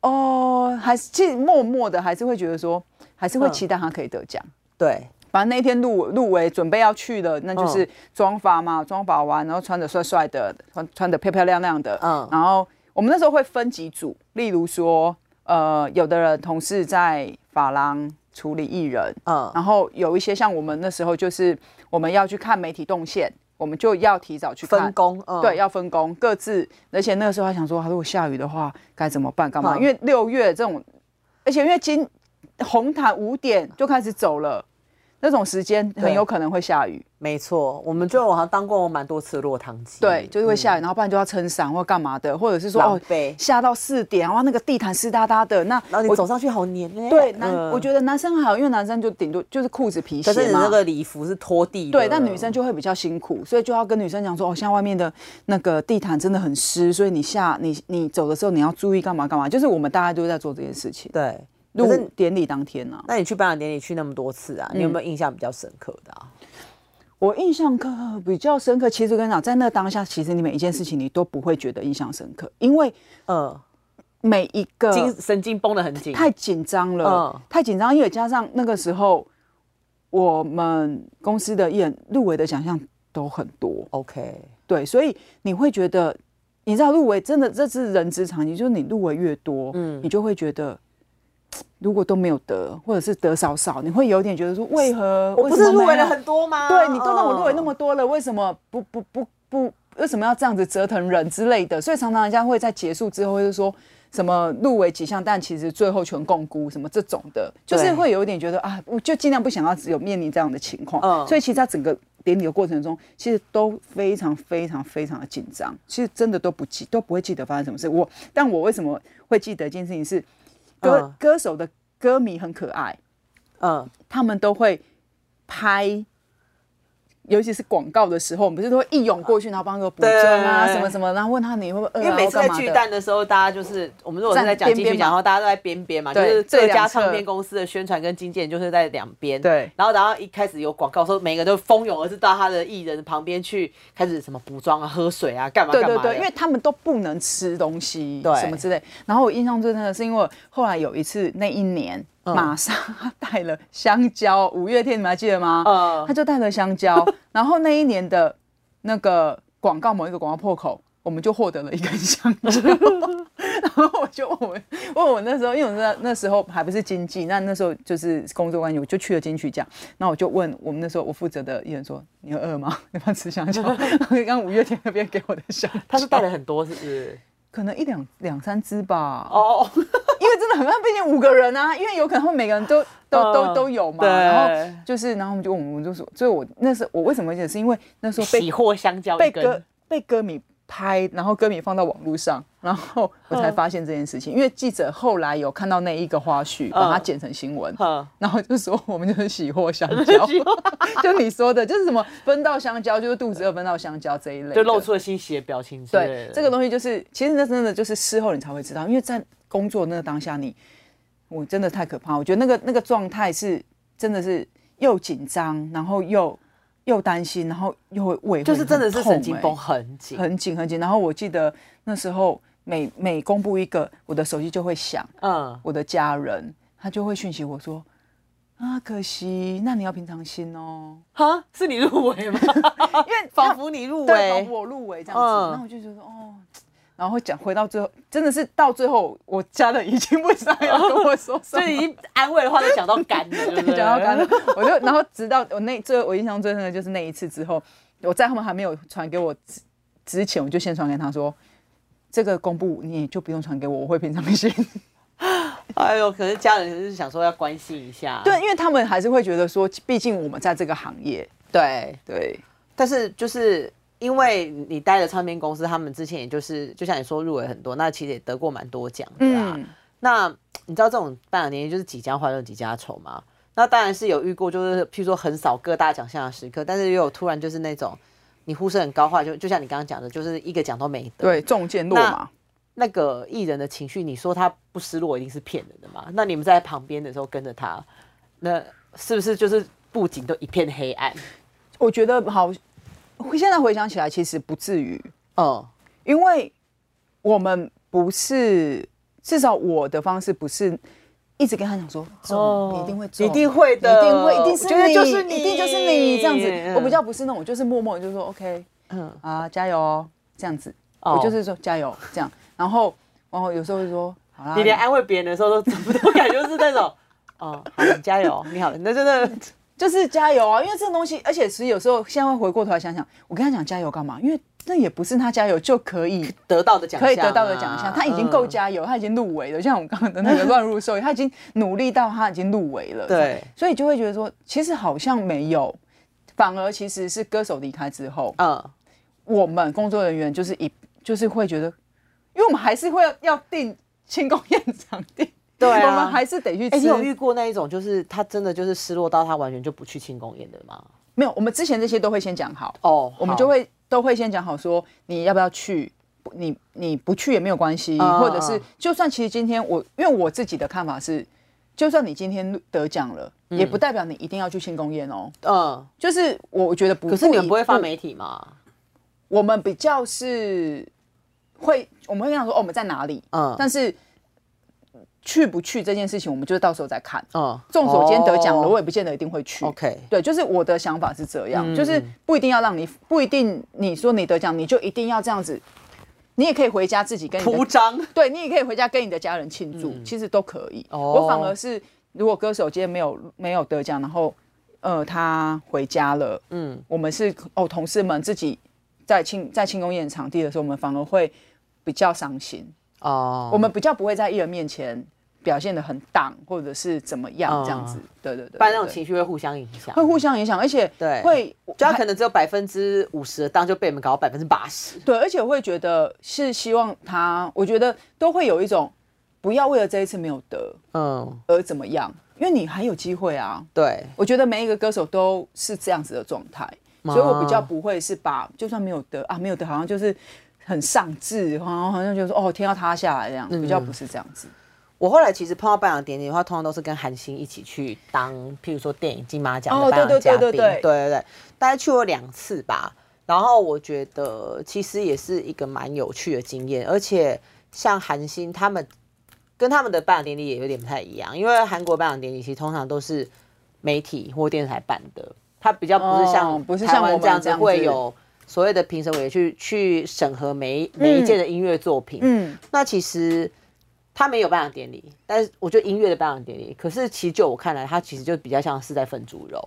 [SPEAKER 3] 哦，还是其实默默的还是会觉得说，还是会
[SPEAKER 2] 嗯
[SPEAKER 3] 期待他可以得奖。
[SPEAKER 2] 对，
[SPEAKER 3] 反正那一天入入围，准备要去的，那就是
[SPEAKER 2] 嗯
[SPEAKER 3] 妆发嘛，妆发完，然后穿的帅帅的，穿穿的漂漂亮亮的，
[SPEAKER 2] 嗯
[SPEAKER 3] 嗯，然后我们那时候会分几组，例如说，呃，有的人同事在发廊处理艺人，
[SPEAKER 2] 嗯
[SPEAKER 3] 然后有一些像我们那时候就是我们要去看媒体动线，我们就要提早去看
[SPEAKER 2] 分工，嗯，
[SPEAKER 3] 对，，要分工，各自。而且那个时候还想说，啊如果下雨的话该怎么办？干嘛？
[SPEAKER 2] 嗯
[SPEAKER 3] 因为六月这种，而且因为今红毯五点就开始走了，那种时间很有可能会下雨，
[SPEAKER 2] 没错，我们就我好像当过我蛮多次落汤鸡，
[SPEAKER 3] 对，就是会下雨，然后不然就要撑伞或干嘛的，或者是说
[SPEAKER 2] 嗯狼
[SPEAKER 3] 哦
[SPEAKER 2] 狈
[SPEAKER 3] 下到四点，然后那个地毯湿哒哒的，那
[SPEAKER 2] 然后你
[SPEAKER 3] 我
[SPEAKER 2] 走上去好黏欸呢、
[SPEAKER 3] 对男，我
[SPEAKER 2] 得，
[SPEAKER 3] 觉得男生还好，因为男生就顶多就是裤子皮鞋
[SPEAKER 2] 可
[SPEAKER 3] 嘛，
[SPEAKER 2] 是你那个礼服是拖地的，
[SPEAKER 3] 对，但女生就会比较辛苦，所以就要跟女生讲说，哦，像外面的那个地毯真的很湿，所以你下你你走的时候你要注意干嘛干嘛，就是我们大家都在做这件事情。
[SPEAKER 2] 对。可是
[SPEAKER 3] 入典礼当天呢、啊，
[SPEAKER 2] 那你去颁奖典礼去那么多次啊，你有没有印象比较深刻的啊？
[SPEAKER 3] 我印象刻比较深刻。其实我跟你讲，在那当下，其实你每一件事情你都不会觉得印象深刻，因为
[SPEAKER 2] 嗯，
[SPEAKER 3] 每一个
[SPEAKER 2] 经神经绷得很紧，
[SPEAKER 3] 太紧张了，
[SPEAKER 2] 嗯
[SPEAKER 3] 太紧张，因为加上那个时候我们公司的艺人入围的奖项都很多，
[SPEAKER 2] OK，
[SPEAKER 3] 对，所以你会觉得，你知道入围真的这是人之常情，就是你入围越多，嗯，你就会觉得。如果都没有得，或者是得少少，你会有点觉得说，为何
[SPEAKER 2] 我不是入围了，
[SPEAKER 3] 为什么没有
[SPEAKER 2] 很多吗？
[SPEAKER 3] 对你都让我入围那
[SPEAKER 2] 嗯
[SPEAKER 3] 么多了，为什么不不不不，为什么要这样子折腾人之类的？所以常常人家会在结束之后会说什么入围几项，但其实最后全共估什么这种的，就是
[SPEAKER 2] 对
[SPEAKER 3] 会有一点觉得啊，我就尽量不想要有面临这样的情况。
[SPEAKER 2] 嗯
[SPEAKER 3] 所以其实在整个典礼的过程中，其实都非常非常非常的紧张，其实真的都不记都不会记得发生什么事。我但我为什么会记得一件事情是歌、
[SPEAKER 2] 嗯
[SPEAKER 3] 歌手的歌迷很可爱。
[SPEAKER 2] 嗯，
[SPEAKER 3] 他们都会拍，尤其是广告的时候，我们不是都会一涌过去，然后帮他补妆啊
[SPEAKER 2] 对
[SPEAKER 3] 什么什么，然后问他你会不会饿、啊，
[SPEAKER 2] 因为每次
[SPEAKER 3] 或
[SPEAKER 2] 在
[SPEAKER 3] 干嘛
[SPEAKER 2] 巨
[SPEAKER 3] 的
[SPEAKER 2] 蛋的时候，大家就是我们如果是在讲
[SPEAKER 3] 站
[SPEAKER 2] 金曲
[SPEAKER 3] 边边嘛
[SPEAKER 2] 奖，然后大家都在边边嘛，就
[SPEAKER 3] 对
[SPEAKER 2] 是
[SPEAKER 3] 最
[SPEAKER 2] 各家
[SPEAKER 3] 两侧
[SPEAKER 2] 唱片公司的宣传跟经纪人就是在两边。
[SPEAKER 3] 对
[SPEAKER 2] 然后然后一开始有广告的时候，每个人都蜂拥而至到他的艺人旁边去，开始什么补妆啊、喝水啊、干嘛
[SPEAKER 3] 对
[SPEAKER 2] 干嘛的。
[SPEAKER 3] 对对，因为他们都不能吃东西，
[SPEAKER 2] 对
[SPEAKER 3] 什么之类。然后我印象最深的是，因为后来有一次那一年，
[SPEAKER 2] 嗯
[SPEAKER 3] 玛莎带了香蕉，五月天你们还记得吗？
[SPEAKER 2] 嗯
[SPEAKER 3] 他就带了香蕉， 然后那一年的那个广告某一个广告破口。我们就获得了一根香 蕉，然后我就问我问我那时候，因为我那那时候还不是经济，那那时候就是工作关系，我就去了金曲奖，然后我就问我们那时候我负责的艺人说：“你有饿吗？ 你要不要吃香蕉？” 刚五月天那边给我的香蕉，
[SPEAKER 2] 他是带了很多，是不是？
[SPEAKER 3] 可能一两两三只吧，
[SPEAKER 2] 哦，
[SPEAKER 3] 因为真的很慢，毕竟五个人啊，因为有可能他们每个人 都都
[SPEAKER 2] 嗯
[SPEAKER 3] 都都有嘛，
[SPEAKER 2] 对
[SPEAKER 3] 然后就是，然后我们就我们就说，所以我那时候我为什么会记得，是因为那时候被
[SPEAKER 2] 喜获香蕉一
[SPEAKER 3] 被
[SPEAKER 2] 根
[SPEAKER 3] 歌被歌迷拍，然后歌迷放到网络上，然后我才发现这件事情，因为记者后来有看到那一个花絮，把它剪成新闻。
[SPEAKER 2] 嗯
[SPEAKER 3] 然后就说我们就是喜获香 蕉，就你说的，就是什么分到香蕉，就是肚子饿分到香蕉这一类的，
[SPEAKER 2] 就露出了欣喜的表情之类
[SPEAKER 3] 对
[SPEAKER 2] 的。，
[SPEAKER 3] 这个东西就是，其实那真的就是事后你才会知道，因为在工作那个当下你，我真的太可怕。我觉得那个那个状态是真的是又紧张，然后又又担心，然后又会胃会
[SPEAKER 2] 就是真的
[SPEAKER 3] 很
[SPEAKER 2] 是
[SPEAKER 3] 痛
[SPEAKER 2] 神经
[SPEAKER 3] 欸
[SPEAKER 2] 绷很紧。
[SPEAKER 3] 很紧很紧。然后我记得那时候每每公布一个，我的手机就会响，
[SPEAKER 2] 嗯，
[SPEAKER 3] 我的家人他就会讯息我说。啊，可惜，那你要平常心哦，
[SPEAKER 2] 哈，是你入围 吗？
[SPEAKER 3] 因为他
[SPEAKER 2] 啊仿佛你入
[SPEAKER 3] 对，
[SPEAKER 2] 围
[SPEAKER 3] 仿佛。我入围这样子，
[SPEAKER 2] 嗯
[SPEAKER 3] 那、我就觉得哦，然后讲回到最后，真的是到最后，我家人已经不知道要跟我 说什
[SPEAKER 2] 所
[SPEAKER 3] 么，
[SPEAKER 2] 以已经安慰的话都讲到干了，对不对？
[SPEAKER 3] 讲到干了，我就然后直到我那最我印象最深的就是那一次之后，我在他们还没有传给我之之前，我就先传给他说。这个公布你也就不用传给我，我会平常心。
[SPEAKER 2] 哎呦，可是家人就是想说要关心一下。
[SPEAKER 3] 对，因为他们还是会觉得说，毕竟我们在这个行业，
[SPEAKER 2] 对，
[SPEAKER 3] 对，
[SPEAKER 2] 但是就是因为你待的唱片公司，他们之前也就是就像你说入围很多，那其实也得过蛮多奖的啊。
[SPEAKER 3] 嗯
[SPEAKER 2] 那你知道这种颁奖典礼就是几家欢乐几家愁嘛？那当然是有遇过，就是譬如说横扫各大奖项的时刻，但是也有突然就是那种你呼声很高的话，就就像你刚刚讲的，就是一个奖都没得。
[SPEAKER 3] 对，中箭落马。
[SPEAKER 2] 那个艺人的情绪，你说他不失落一定是骗人的嘛？那你们在旁边的时候跟着他，那是不是就是布景都一片黑暗？
[SPEAKER 3] 我觉得好，现在回想起来，其实不至于，
[SPEAKER 2] 哦、
[SPEAKER 3] 因为我们不是，至少我的方式不是一直跟他讲说中，
[SPEAKER 2] 哦
[SPEAKER 3] 你一定会中，
[SPEAKER 2] 一定会的
[SPEAKER 3] 一定会，一定是
[SPEAKER 2] 我觉得
[SPEAKER 3] 你，
[SPEAKER 2] 就是你
[SPEAKER 3] 一定就是你这样
[SPEAKER 2] 嗯
[SPEAKER 3] 子。我比较不是那种，就是默默地就说 OK，嗯啊，加油哦，这样子，
[SPEAKER 2] 哦
[SPEAKER 3] 我就是说加油这样，然后然后有时候会说好啦，
[SPEAKER 2] 你连安慰别人的时候都怎么都感觉就是那 种，哦，好，你加油，你好，那真的
[SPEAKER 3] 就是加油啊，因为这种东西，而且其实有时候现在会回过头来想想，我跟他讲加油干嘛？因为那也不是他加油就可以
[SPEAKER 5] 得到的奖
[SPEAKER 2] 啊
[SPEAKER 5] 项、啊嗯
[SPEAKER 3] 可以得到的奖项，他已
[SPEAKER 2] 嗯
[SPEAKER 3] 经够。加油，他已经入围了。就像我们刚刚的那个乱 入兽医，他已经努力到他已经入围了。
[SPEAKER 5] 对，
[SPEAKER 3] 所以就会觉得说，其实好像没有，反而其实是歌手离开之后，
[SPEAKER 5] 嗯，
[SPEAKER 3] 我们工作人员就是一就是会觉得，因为我们还是会要要订庆功宴场地，
[SPEAKER 5] 对啊
[SPEAKER 3] 我们还是得去
[SPEAKER 2] 哎、
[SPEAKER 3] 吃。
[SPEAKER 2] 你有遇过那一种，就是他真的就是失落到他完全就不去庆功宴的吗？
[SPEAKER 3] 没有，我们之前这些都会先讲好，
[SPEAKER 2] 哦，
[SPEAKER 3] 我们
[SPEAKER 2] 好
[SPEAKER 3] 就会都会先讲好说你要不要去。不你你不去也没有关系，
[SPEAKER 2] 嗯
[SPEAKER 3] 或者是
[SPEAKER 2] 嗯
[SPEAKER 3] 就算其实今天我因为我自己的看法是，就算你今天得奖了，也不代表你一定要去庆功宴哦。
[SPEAKER 2] 嗯，
[SPEAKER 3] 就是我觉得不，
[SPEAKER 2] 可是你们
[SPEAKER 3] 一
[SPEAKER 2] 不会发
[SPEAKER 3] 不
[SPEAKER 2] 媒体吗？
[SPEAKER 3] 我们比较是会，我们会跟他说哦我们在哪里，
[SPEAKER 2] 嗯
[SPEAKER 3] 但是去不去这件事情，我们就到时候再看。
[SPEAKER 2] 嗯，
[SPEAKER 3] 众所今天得奖了，
[SPEAKER 2] 哦
[SPEAKER 3] 我也不见得一定会去。
[SPEAKER 2] OK
[SPEAKER 3] 对，就是我的想法是这
[SPEAKER 2] 嗯
[SPEAKER 3] 样，就是不一定要让你，不一定你说你得奖，你就一定要这样子，你也可以回家自己跟你的
[SPEAKER 5] 铺张，
[SPEAKER 3] 对你也可以回家跟你的家人庆祝，其实都可以。
[SPEAKER 2] 嗯哦
[SPEAKER 3] 我反而是，如果歌手今天没有没有得奖，然后呃他回家了，嗯，我们是哦同事们自己在庆在庆功宴场地的时候，我们反而会比较伤心，
[SPEAKER 2] 哦，
[SPEAKER 3] 我们比较不会在艺人面前表现的很荡或者是怎么样这样子。对对对，
[SPEAKER 2] 不然哦那种
[SPEAKER 3] 对
[SPEAKER 2] 情绪会互相影响
[SPEAKER 3] 会。互相影响，而且
[SPEAKER 2] 对
[SPEAKER 3] 会
[SPEAKER 2] 就他可能只有百分之五十的当，就被你们搞到百分之八十。
[SPEAKER 3] 对，而且我会觉得是希望他，我觉得都会有一种不要为了这一次没有得，
[SPEAKER 2] 嗯，
[SPEAKER 3] 而怎么样，因为你还有机会啊。
[SPEAKER 2] 对，
[SPEAKER 3] 我觉得每一个歌手都是这样子的状态，所以我
[SPEAKER 2] 啊
[SPEAKER 3] 比较不会是把就算没有得啊，没有得好像就是很丧志，好像好像就是哦天要塌下来这
[SPEAKER 2] 嗯
[SPEAKER 3] 样，比较不是这样子。
[SPEAKER 2] 我后来其实碰到颁奖典礼的话，通常都是跟韩星一起去当，譬如说电影金马奖的
[SPEAKER 3] 哦
[SPEAKER 2] 颁
[SPEAKER 3] 对
[SPEAKER 2] 奖嘉
[SPEAKER 3] 对
[SPEAKER 2] 宾，
[SPEAKER 3] 对对对
[SPEAKER 2] 对对对，大概去过两次吧。然后我觉得其实也是一个蛮有趣的经验，而且像韩星他们跟他们的颁奖典礼也有点不太一样，因为韩国颁奖典礼其实通常都是媒体或电视台办的，它比较不是
[SPEAKER 3] 哦
[SPEAKER 2] 像
[SPEAKER 3] 不是
[SPEAKER 2] 台
[SPEAKER 3] 像我
[SPEAKER 2] 湾
[SPEAKER 3] 们
[SPEAKER 2] 这样
[SPEAKER 3] 这
[SPEAKER 2] 子
[SPEAKER 3] 样子
[SPEAKER 2] 会有所谓的评审委员去去审核每一每一届的音乐作品，
[SPEAKER 3] 嗯，
[SPEAKER 2] 那其实他没有颁奖典礼，但是我觉得音乐的颁奖典礼，可是其实就我看来，他其实就比较像是在分猪肉。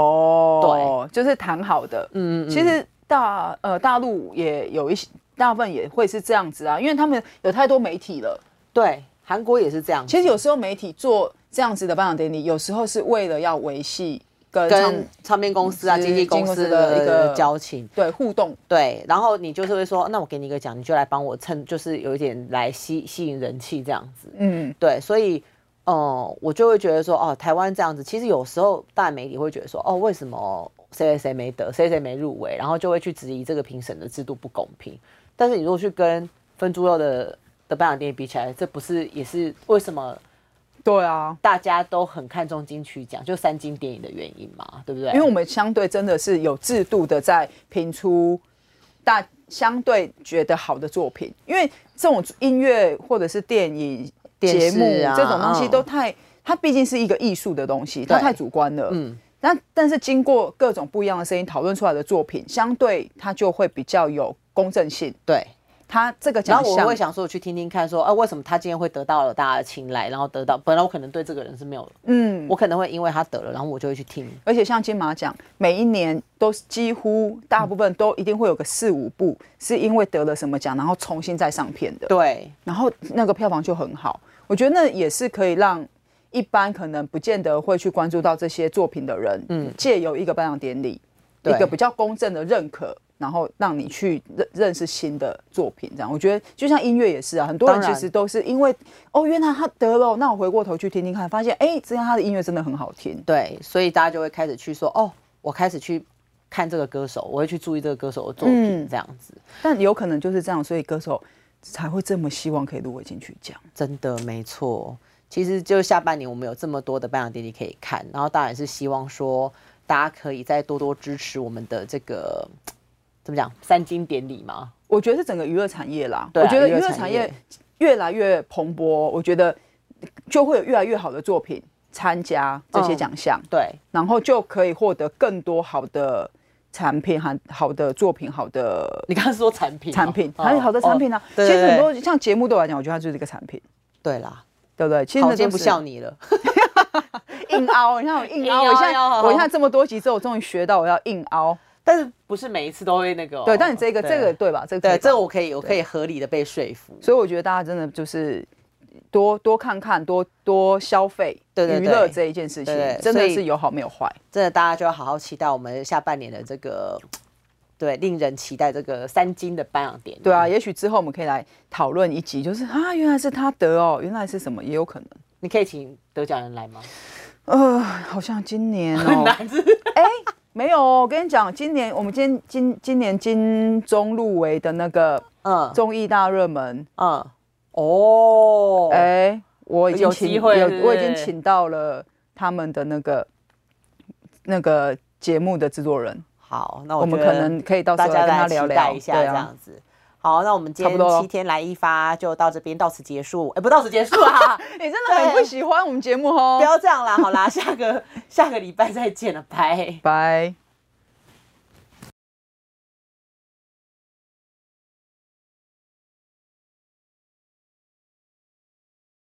[SPEAKER 3] 哦，对，就是谈好的。
[SPEAKER 2] 嗯
[SPEAKER 3] 其实大呃大陆也有一些。大部分也会是这样子啊，因为他们有太多媒体了。
[SPEAKER 2] 对，韩国也是这样。
[SPEAKER 3] 其实有时候媒体做这样子的颁奖典礼，有时候是为了要维系跟他们
[SPEAKER 2] 跟唱片公司啊、
[SPEAKER 3] 是
[SPEAKER 2] 经纪公
[SPEAKER 3] 经纪公
[SPEAKER 2] 司
[SPEAKER 3] 司的
[SPEAKER 2] 的
[SPEAKER 3] 一
[SPEAKER 2] 一
[SPEAKER 3] 个
[SPEAKER 2] 个交情，
[SPEAKER 3] 对互动
[SPEAKER 2] 对，然后你就是会说，哦那我给你一个奖，你就来帮我蹭，就是有一点来吸吸引人气这样子。
[SPEAKER 3] 嗯，
[SPEAKER 2] 对，所以，嗯，我就会觉得说，哦，台湾这样子，其实有时候大媒体会觉得说，哦，为什么谁谁谁没得，谁谁没入围，然后就会去质疑这个评审的制度不公平。但是你如果去跟分猪肉的的颁奖典礼比起来，这不是也是为什么
[SPEAKER 3] 对啊，
[SPEAKER 2] 大家都很看重金曲奖，就三金电影的原因嘛，对不对？
[SPEAKER 3] 因为我们相对真的是有制度的在评出大相对觉得好的作品，因为这种音乐或者是电影节
[SPEAKER 2] 电
[SPEAKER 3] 目、
[SPEAKER 2] 视啊
[SPEAKER 3] 这种东西
[SPEAKER 2] 嗯
[SPEAKER 3] 都太，它毕竟是一个艺术的东西，它
[SPEAKER 2] 对
[SPEAKER 3] 太主观了。嗯，但但是经过各种不一样的声音讨论出来的作品，相对它就会比较有公正性。
[SPEAKER 2] 对。
[SPEAKER 3] 它这个
[SPEAKER 2] 然
[SPEAKER 3] 奖
[SPEAKER 2] 后我
[SPEAKER 3] 项
[SPEAKER 2] 会想说，我去听听看说，啊，为什么他今天会得到了大家的青睐，然后得到本来我可能对这个人是没有，嗯，我可能会因为他得了，然后我就会去听，
[SPEAKER 3] 而且像金马奖，每一年都是几乎大部分都一定会有个四五部，是因为得了什么奖，然后重新再上片的，
[SPEAKER 2] 对，
[SPEAKER 3] 然后那个票房就很好。我觉得那也是可以让一般可能不见得会去关注到这些作品的人，嗯，借由一个颁奖典礼，一
[SPEAKER 2] 对
[SPEAKER 3] 个比较公正的认可。然后让你去认认识新的作品，这样我觉得就像音乐也是啊，很多人
[SPEAKER 2] 当然
[SPEAKER 3] 其实都是因为哦，原来他得了，那我回过头去听听看，发现哎，这样他的音乐真的很好听，
[SPEAKER 2] 对，所以大家就会开始去说，哦，我开始去看这个歌手，我会去注意这个歌手的作品，
[SPEAKER 3] 嗯
[SPEAKER 2] 这样子，
[SPEAKER 3] 但有可能就是这样，所以歌手才会这么希望可以入围进去奖。
[SPEAKER 2] 真的没错。其实就下半年我们有这么多的颁奖典礼可以看，然后当然是希望说大家可以再多多支持我们的这个怎么讲三金典礼嘛，
[SPEAKER 3] 我觉得是整个娱乐产业啦，
[SPEAKER 2] 对啊
[SPEAKER 3] 我觉得娱
[SPEAKER 2] 娱乐
[SPEAKER 3] 乐
[SPEAKER 2] 产
[SPEAKER 3] 产
[SPEAKER 2] 业
[SPEAKER 3] 业越来越蓬勃，我觉得就会有越来越好的作品参加这
[SPEAKER 2] 嗯
[SPEAKER 3] 些奖项，
[SPEAKER 2] 对，
[SPEAKER 3] 然后就可以获得更多好的产品、和好的作品、好的
[SPEAKER 2] 你刚刚说产品吗，
[SPEAKER 3] 产品，
[SPEAKER 2] 哦
[SPEAKER 3] 还有好的产品啊。
[SPEAKER 2] 哦对
[SPEAKER 3] 其实很
[SPEAKER 2] 对
[SPEAKER 3] 多像节目对我来讲，我觉得它就是一个产品，
[SPEAKER 2] 对啦，
[SPEAKER 3] 对不对？其实
[SPEAKER 2] 好，
[SPEAKER 3] 那
[SPEAKER 2] 今天
[SPEAKER 3] 都
[SPEAKER 2] 不
[SPEAKER 3] 是
[SPEAKER 2] 笑你了，
[SPEAKER 3] 硬凹，你看我硬凹，
[SPEAKER 2] 硬凹
[SPEAKER 3] 我现在
[SPEAKER 2] 硬凹好
[SPEAKER 3] 我现在这么多集之后，我终于学到我要硬凹。
[SPEAKER 2] 但是
[SPEAKER 5] 不是每一次都会那个哦、
[SPEAKER 3] 对，但你这个
[SPEAKER 2] 对
[SPEAKER 3] 这个对吧？这个可以
[SPEAKER 2] 对
[SPEAKER 3] 吧
[SPEAKER 2] 这个我可以，我可以合理的被说服。
[SPEAKER 3] 所以我觉得大家真的就是多多看看，多多消费
[SPEAKER 2] 对对
[SPEAKER 3] 娱
[SPEAKER 2] 对
[SPEAKER 3] 乐这一件事
[SPEAKER 2] 对
[SPEAKER 3] 情
[SPEAKER 2] 对，
[SPEAKER 3] 真的
[SPEAKER 2] 所以
[SPEAKER 3] 是有好没有坏。
[SPEAKER 2] 真的，大家就要好好期待我们下半年的这个，对，令人期待这个三金的颁奖典礼。嗯
[SPEAKER 3] 对啊，也许之后我们可以来讨论一集，就是啊，原来是他得哦，原来是什么，也有可能。
[SPEAKER 2] 你可以请得奖人 来吗？
[SPEAKER 3] 呃，好像今 年哦，
[SPEAKER 2] 难是
[SPEAKER 3] 没有哦。我跟你讲，今年我们今天今今年金钟入围的那个
[SPEAKER 2] 嗯
[SPEAKER 3] 综艺大热门，
[SPEAKER 2] 嗯，哦，
[SPEAKER 3] 哎、我已经
[SPEAKER 2] 有
[SPEAKER 3] 请
[SPEAKER 2] 机会
[SPEAKER 3] 有
[SPEAKER 2] 是不是
[SPEAKER 3] 我已经请到了他们的那个那个节目的制作人，
[SPEAKER 2] 好，那
[SPEAKER 3] 我
[SPEAKER 2] 我
[SPEAKER 3] 们
[SPEAKER 2] 觉得
[SPEAKER 3] 可能可以到时
[SPEAKER 2] 大
[SPEAKER 3] 候来
[SPEAKER 2] 家
[SPEAKER 3] 跟他
[SPEAKER 2] 来
[SPEAKER 3] 聊
[SPEAKER 2] 期
[SPEAKER 3] 聊，
[SPEAKER 2] 待一下
[SPEAKER 3] 对
[SPEAKER 2] 这
[SPEAKER 3] 啊
[SPEAKER 2] 样子。好，那我们今
[SPEAKER 3] 差不多
[SPEAKER 2] 天
[SPEAKER 3] 咯
[SPEAKER 2] 七天来一发就到这边，到此结束。哎，不到此结束啊，
[SPEAKER 3] 你真的很不喜欢我们节目哦
[SPEAKER 2] 不，要这样啦，好啦，下个下个礼拜再见了，拜。
[SPEAKER 3] 拜。